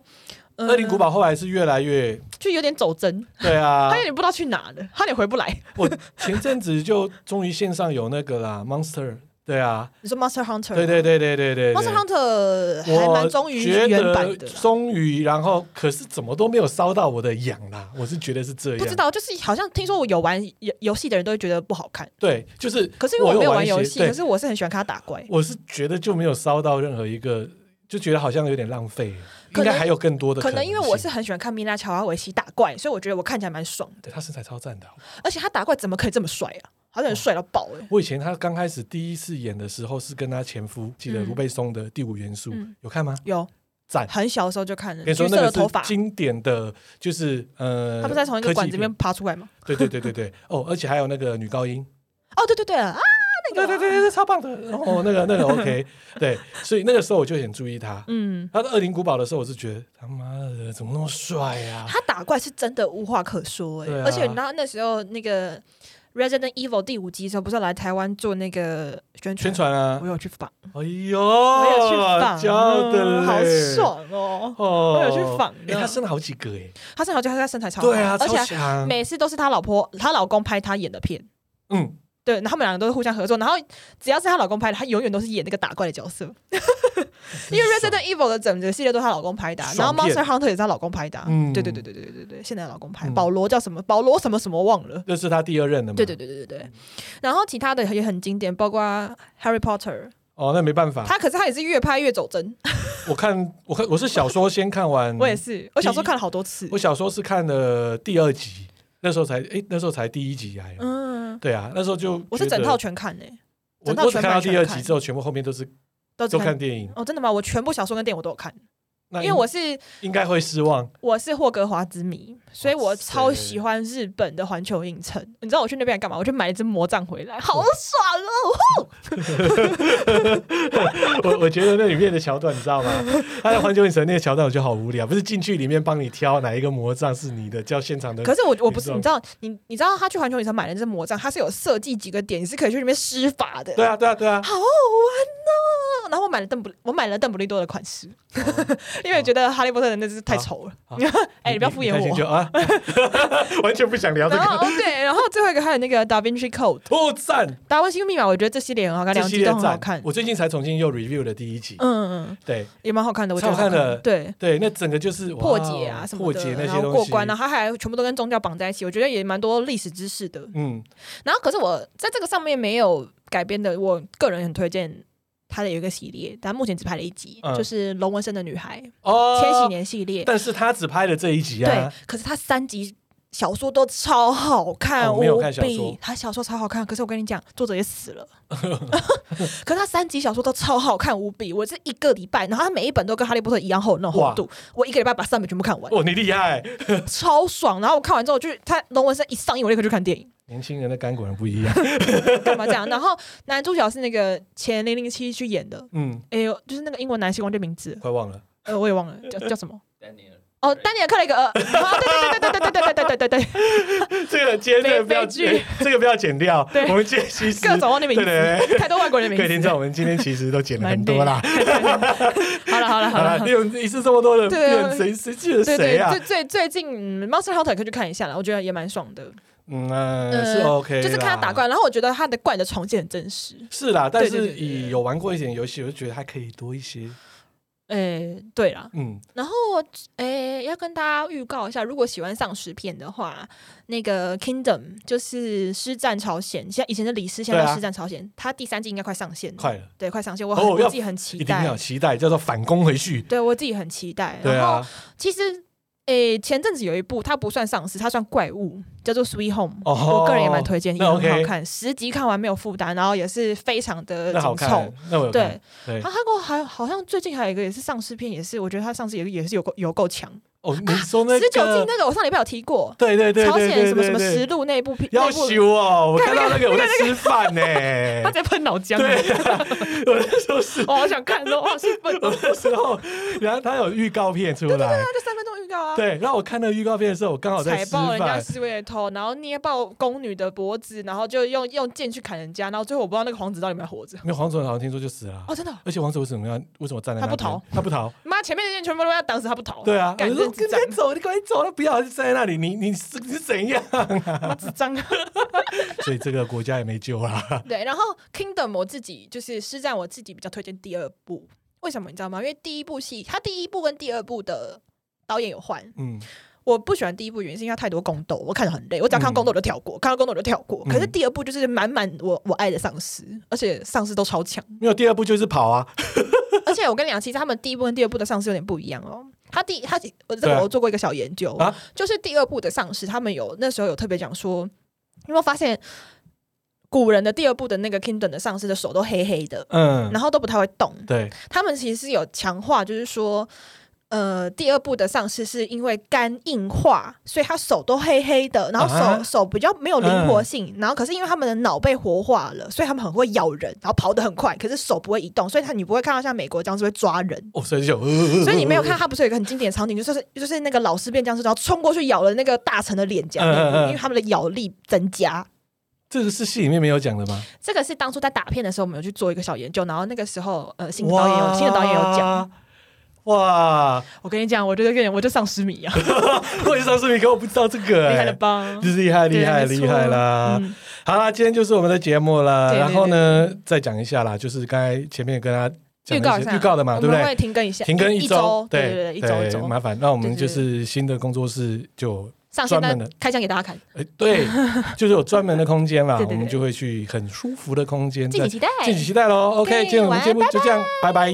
嗯，
呃
恶灵古堡》后来是越来越，
就有点走针，
对啊
他，有点不知道去哪了，他有点回不来。
我前阵子就终于线上有那个啦，Monster，对啊，
你说 Monster Hunter？
对对对对对对对
Monster Hunter 还
我
蛮忠于
觉
原版
得
的啦，
终于，然后可是怎么都没有烧到我的痒啦，我是觉得是这样，
不知道就是好像听说我有玩游游戏的人都会觉得不好看，
对，就是
可是因为我
有
没有玩
一
游
些
戏，
对
可是我是很喜欢看他打怪。
我是觉得就没有烧到任何一个，就觉得好像有点浪费，
可
应
能
该还有更多的
可
能
能
性
因为我是很喜欢看米拉乔瓦维奇打怪，所以我觉得我看起来蛮爽的。
对他身材超赞的。
而且他打怪怎么可以这么帅啊？好像很帅到爆哎、
我以前他刚开始第一次演的时候是跟他前夫，记得卢贝松的《第五元素》
嗯
有看吗？
有
赞！
很小的时候就看了，
跟你
橘
说
色
那
的头
个
发
是，经典的，就是呃，
他不是在从一个
科技
管子里面
片，
爬出来吗？
对对对对对，哦，而且还有那个女高音，
哦，对对对啊，那个
对对对对，超棒的，哦，那个那个 OK，对，所以那个时候我就很注意他。
嗯，
他在《恶灵古堡》的时候，我是觉得他妈的怎么那么帅啊呀、
他打怪是真的无话可说哎、
对啊
而且你知道那时候那个 Resident Evil 第五集的时候，不是来台湾做那个宣传？
宣传啊
我，有去访，
哎呦，
我有去访，嗯
教的嘞
好爽哦！
哦
我有去访
哎、
呢
他生了好几个哎、
他身材，他身材超好，
对啊，超
而且
强，
每次都是他老婆、他老公拍他演的片。
嗯，
对，然后他们两个都是互相合作，然后只要是她老公拍的，她永远都是演那个打怪的角色， 因为 Resident Evil 的整个系列都是她老公拍的啊、然后
爽片
Monster Hunter 也是她老公拍的啊、
嗯
对对对对对对对对，现在的老公拍，
嗯
保罗叫什么？保罗什么什么忘了，
这是他第二任的嘛，
对对，对对对对，然后其他的也很经典，包括 Harry Potter，
哦，那没办法，
他可是他也是越拍越走真，
嗯我看我看我是小说先看完，
我也，是，我小时候看了好多次
我，小说是看了第二集，那时候才哎、那时候才第一集还，
嗯，
对啊，那时候就
我是
觉得
整套全看呢、欸
我
整套
我只
全
看到
版
第
全
二
看
集之后，全部后面都是
都只
都看电影，
哦，真的吗？我全部小说跟电影我都有看，
那
因为我是
应该会失望，
我是霍格华兹迷，所以我
哇塞
超喜欢日本的环球影城。你知道我去那边干嘛？我去买一只魔杖回来，
呃
好爽哦！
我我觉得那里面的桥段你知 道吗？他在环球影城那个桥段我觉得好无聊，不是进去里面帮你挑哪一个魔杖是你的，叫现场的
可是我我不是，
你
你知道你你知道他去环球影城买的这只魔杖，它是有设计几个点，你是可以去里面施法的。
对啊，对啊，对啊，
好好玩哦！然后我买了邓布，我买了邓布利多的款式，
哦
因为觉得哈利波特的那只
啊
太丑了
好。
哎，你不要敷衍
你开心就
我。
啊， 完全不想聊这
然
个。
后哦对，然后最后一个还有那个 Da Vinci Code，
哦，赞！
达文西密码，我觉得这系列很好看，
这
两
系
集
列
都很好
赞
看。
我最近才重新又 review 了第一集，
嗯，嗯，
对
也蛮好看的，我觉得
超好看的
对。
对，那整个就是哇哦
破解啊什么
破
的，
解那
然
些
后
东西，
过关啊，它还全部都跟宗教绑在一起，我觉得也蛮多历史知识的。
嗯，
然后可是我在这个上面没有改编的，我个人很推荐它的有一个系列，但目前只拍了一集，
嗯
就是《龙纹身的女孩》
哦，
千禧，年系列。
但是他只拍了这一集
对
啊，，
可是它三集小说都超好看，
哦
无
没
比。
有看小说
他小说超好看，可是我跟你讲，作者也死了。可是他三集小说都超好看无比，我是一个礼拜，然后他每一本都跟《哈利波特》一样厚那种厚度，我一个礼拜把三本全部看完，
哦，你厉害，
超爽。然后我看完之后就，他龙纹身一上映，我立刻去看电影。
年轻人的干果然不一 样。
干嘛这样？然后男主角是那个前零零七去演的，
嗯，
哎呦，就是那个英文男星，忘记名字了，
快忘了，
呃，我也忘了叫叫什么。
丹尼尔，
哦，丹尼尔克雷格尔，啊对对对对对对对对对对对对，
这个今天这个不要
悲悲剧，
这个不要剪掉。
对
我们今天其实
各种忘记名
对对
字，太多外国人
对，
的名
各位听
字
众，。我们今天其实都剪了很多啦。
好了好了
好
好
啦，
了
你。有一次这么多人，
对啊
人谁谁记得谁
对对，
啊
最？最最近嗯《Monster Hunter》可以去看一下了，我觉得也蛮爽的，
嗯，呃
呃
是 OK，啦
就是看他打怪，然后我觉得他的怪的重建很真实。
是啦，但
对对
是
对对
以有玩过一点游戏，我就觉得它可以多一些。
诶，哎对啦，
嗯，
然后诶，要跟大家预告一下，如果喜欢丧尸片的话，那个《Kingdom》就是《师战朝鲜》，现在以前的李斯，现在
对
叫
啊
《师战朝鲜》它第三季应该快上线了，
快了，
对，快上线，我很、
哦要
我自己很期
一定要
待，
期待，叫做反攻回去。
对我自己很期待。
对
然后
啊，
其实，诶、前阵子有一部，它不算丧尸，它算怪物，叫做《Sweet Home》
哦
我个人也蛮推荐，也
那
很
OK
好看，十集看完没有负担，然后也是非常的
那好
呃紧
看
凑。，
那我有
对啊
看，，对
他，韩国还好像最近还有一个也是丧尸片，也是我觉得他上次也也是有够有够强。
哦，你说那
啊十九禁
个，
那个我上礼拜有提过，
对对对，
朝
对
鲜
对
什么什么
对对
实录那一部片，
要
那部
修哦，我
看
看到
那个
那个我在吃饭呢，
他在喷脑浆，
对，啊我那时 候是，
我好想看，我好兴奋
我
哦。
那时候，然后他有预告片出来，
那就三分钟预告啊，
对，然后我看那个预告片的时候，我刚好在
踩
吃
爆人家
饭，
思维的头，然后捏爆宫女的脖子，然后就用用剑去砍人家，然后最后我不知道那个皇子到底有没有活着。
因为黄总好像听说就死了啊，
哦，真的哦，
而且黄总为什么要为什么站在那
他不
边
逃，
他不逃，
妈，前面的人全部都要挡死，他不逃。
对 啊，我
干
就说
这智
跟
障
赶，走，你赶紧走，他不要就站在那里，你你是你是怎样？
妈智障。
啊所以这个国家也没救啊啦。
对，然后 Kingdom 我自己就是施展，我自己比较推荐第二部，为什么你知道吗？因为第一部戏，它第一部跟第二部的导演有换，
嗯，
我不喜欢第一部原因是因为它太多宫斗，我看着很累，我只要看到宫斗我就跳过，看到宫斗我就跳过。可是
嗯
第二部就是满满我我爱的丧尸，而且丧尸都超强，
没有第二部就是跑啊，
而且我跟你讲，其实他们第一部跟第二部的丧尸有点不一样哦。他第他我这
对
个
啊
我做过一个小研究，
啊
就是第二部的丧尸，他们有那时候有特别讲说，你有没有发现古人的第二部的那个 Kingdom 的丧尸的手都黑黑的，
嗯，
然后都不太会动。
对，
他们其实是有强化，就是说，呃，第二部的丧尸是因为肝硬化，所以他手都黑黑的，然后手、
啊嗯
手比较没有灵活性，然后可是因为他们的脑被活化了，所以他们很会咬人，然后跑得很快，可是手不会移动，所以他你不会看到像美国僵尸会抓人。
哦，所以就有，
所以你没有看，他不是有一个很经典的场景，就是就是那个老师变僵尸，然后冲过去咬了那个大臣的脸颊，
嗯嗯嗯
因为他们的咬力增加。
这个是戏里面没有讲的吗？
这个是当初在打片的时候，我们有去做一个小研究，然后那个时候呃，新的导演有新的导演有讲，
哇，
我跟你讲，我觉得跟你我就丧尸迷啊，
我也上次你可我不知道这个、
厉
哎
害了吧？
厉害厉害
对没
厉
错
害啦！
嗯
好啦，今天就是我们的节目啦。
对对
然后呢，再讲一下啦，就是刚才前面跟大家讲
预告
的
一
一
下
些预告的嘛，
我
对不
们
对
会？停更一下，
停更
一
周，
对
对
对，一周一周
麻烦。那我们
对对
就
对
是新的工作室就
上
专
线单
门的
开箱给大家看，
哎，对，就是有专门的空间啦，
对对对
我们就会去很舒服的空间，
敬
在
请期待。
敬请期待喽。OK，
对
今天我们节目就这样，拜拜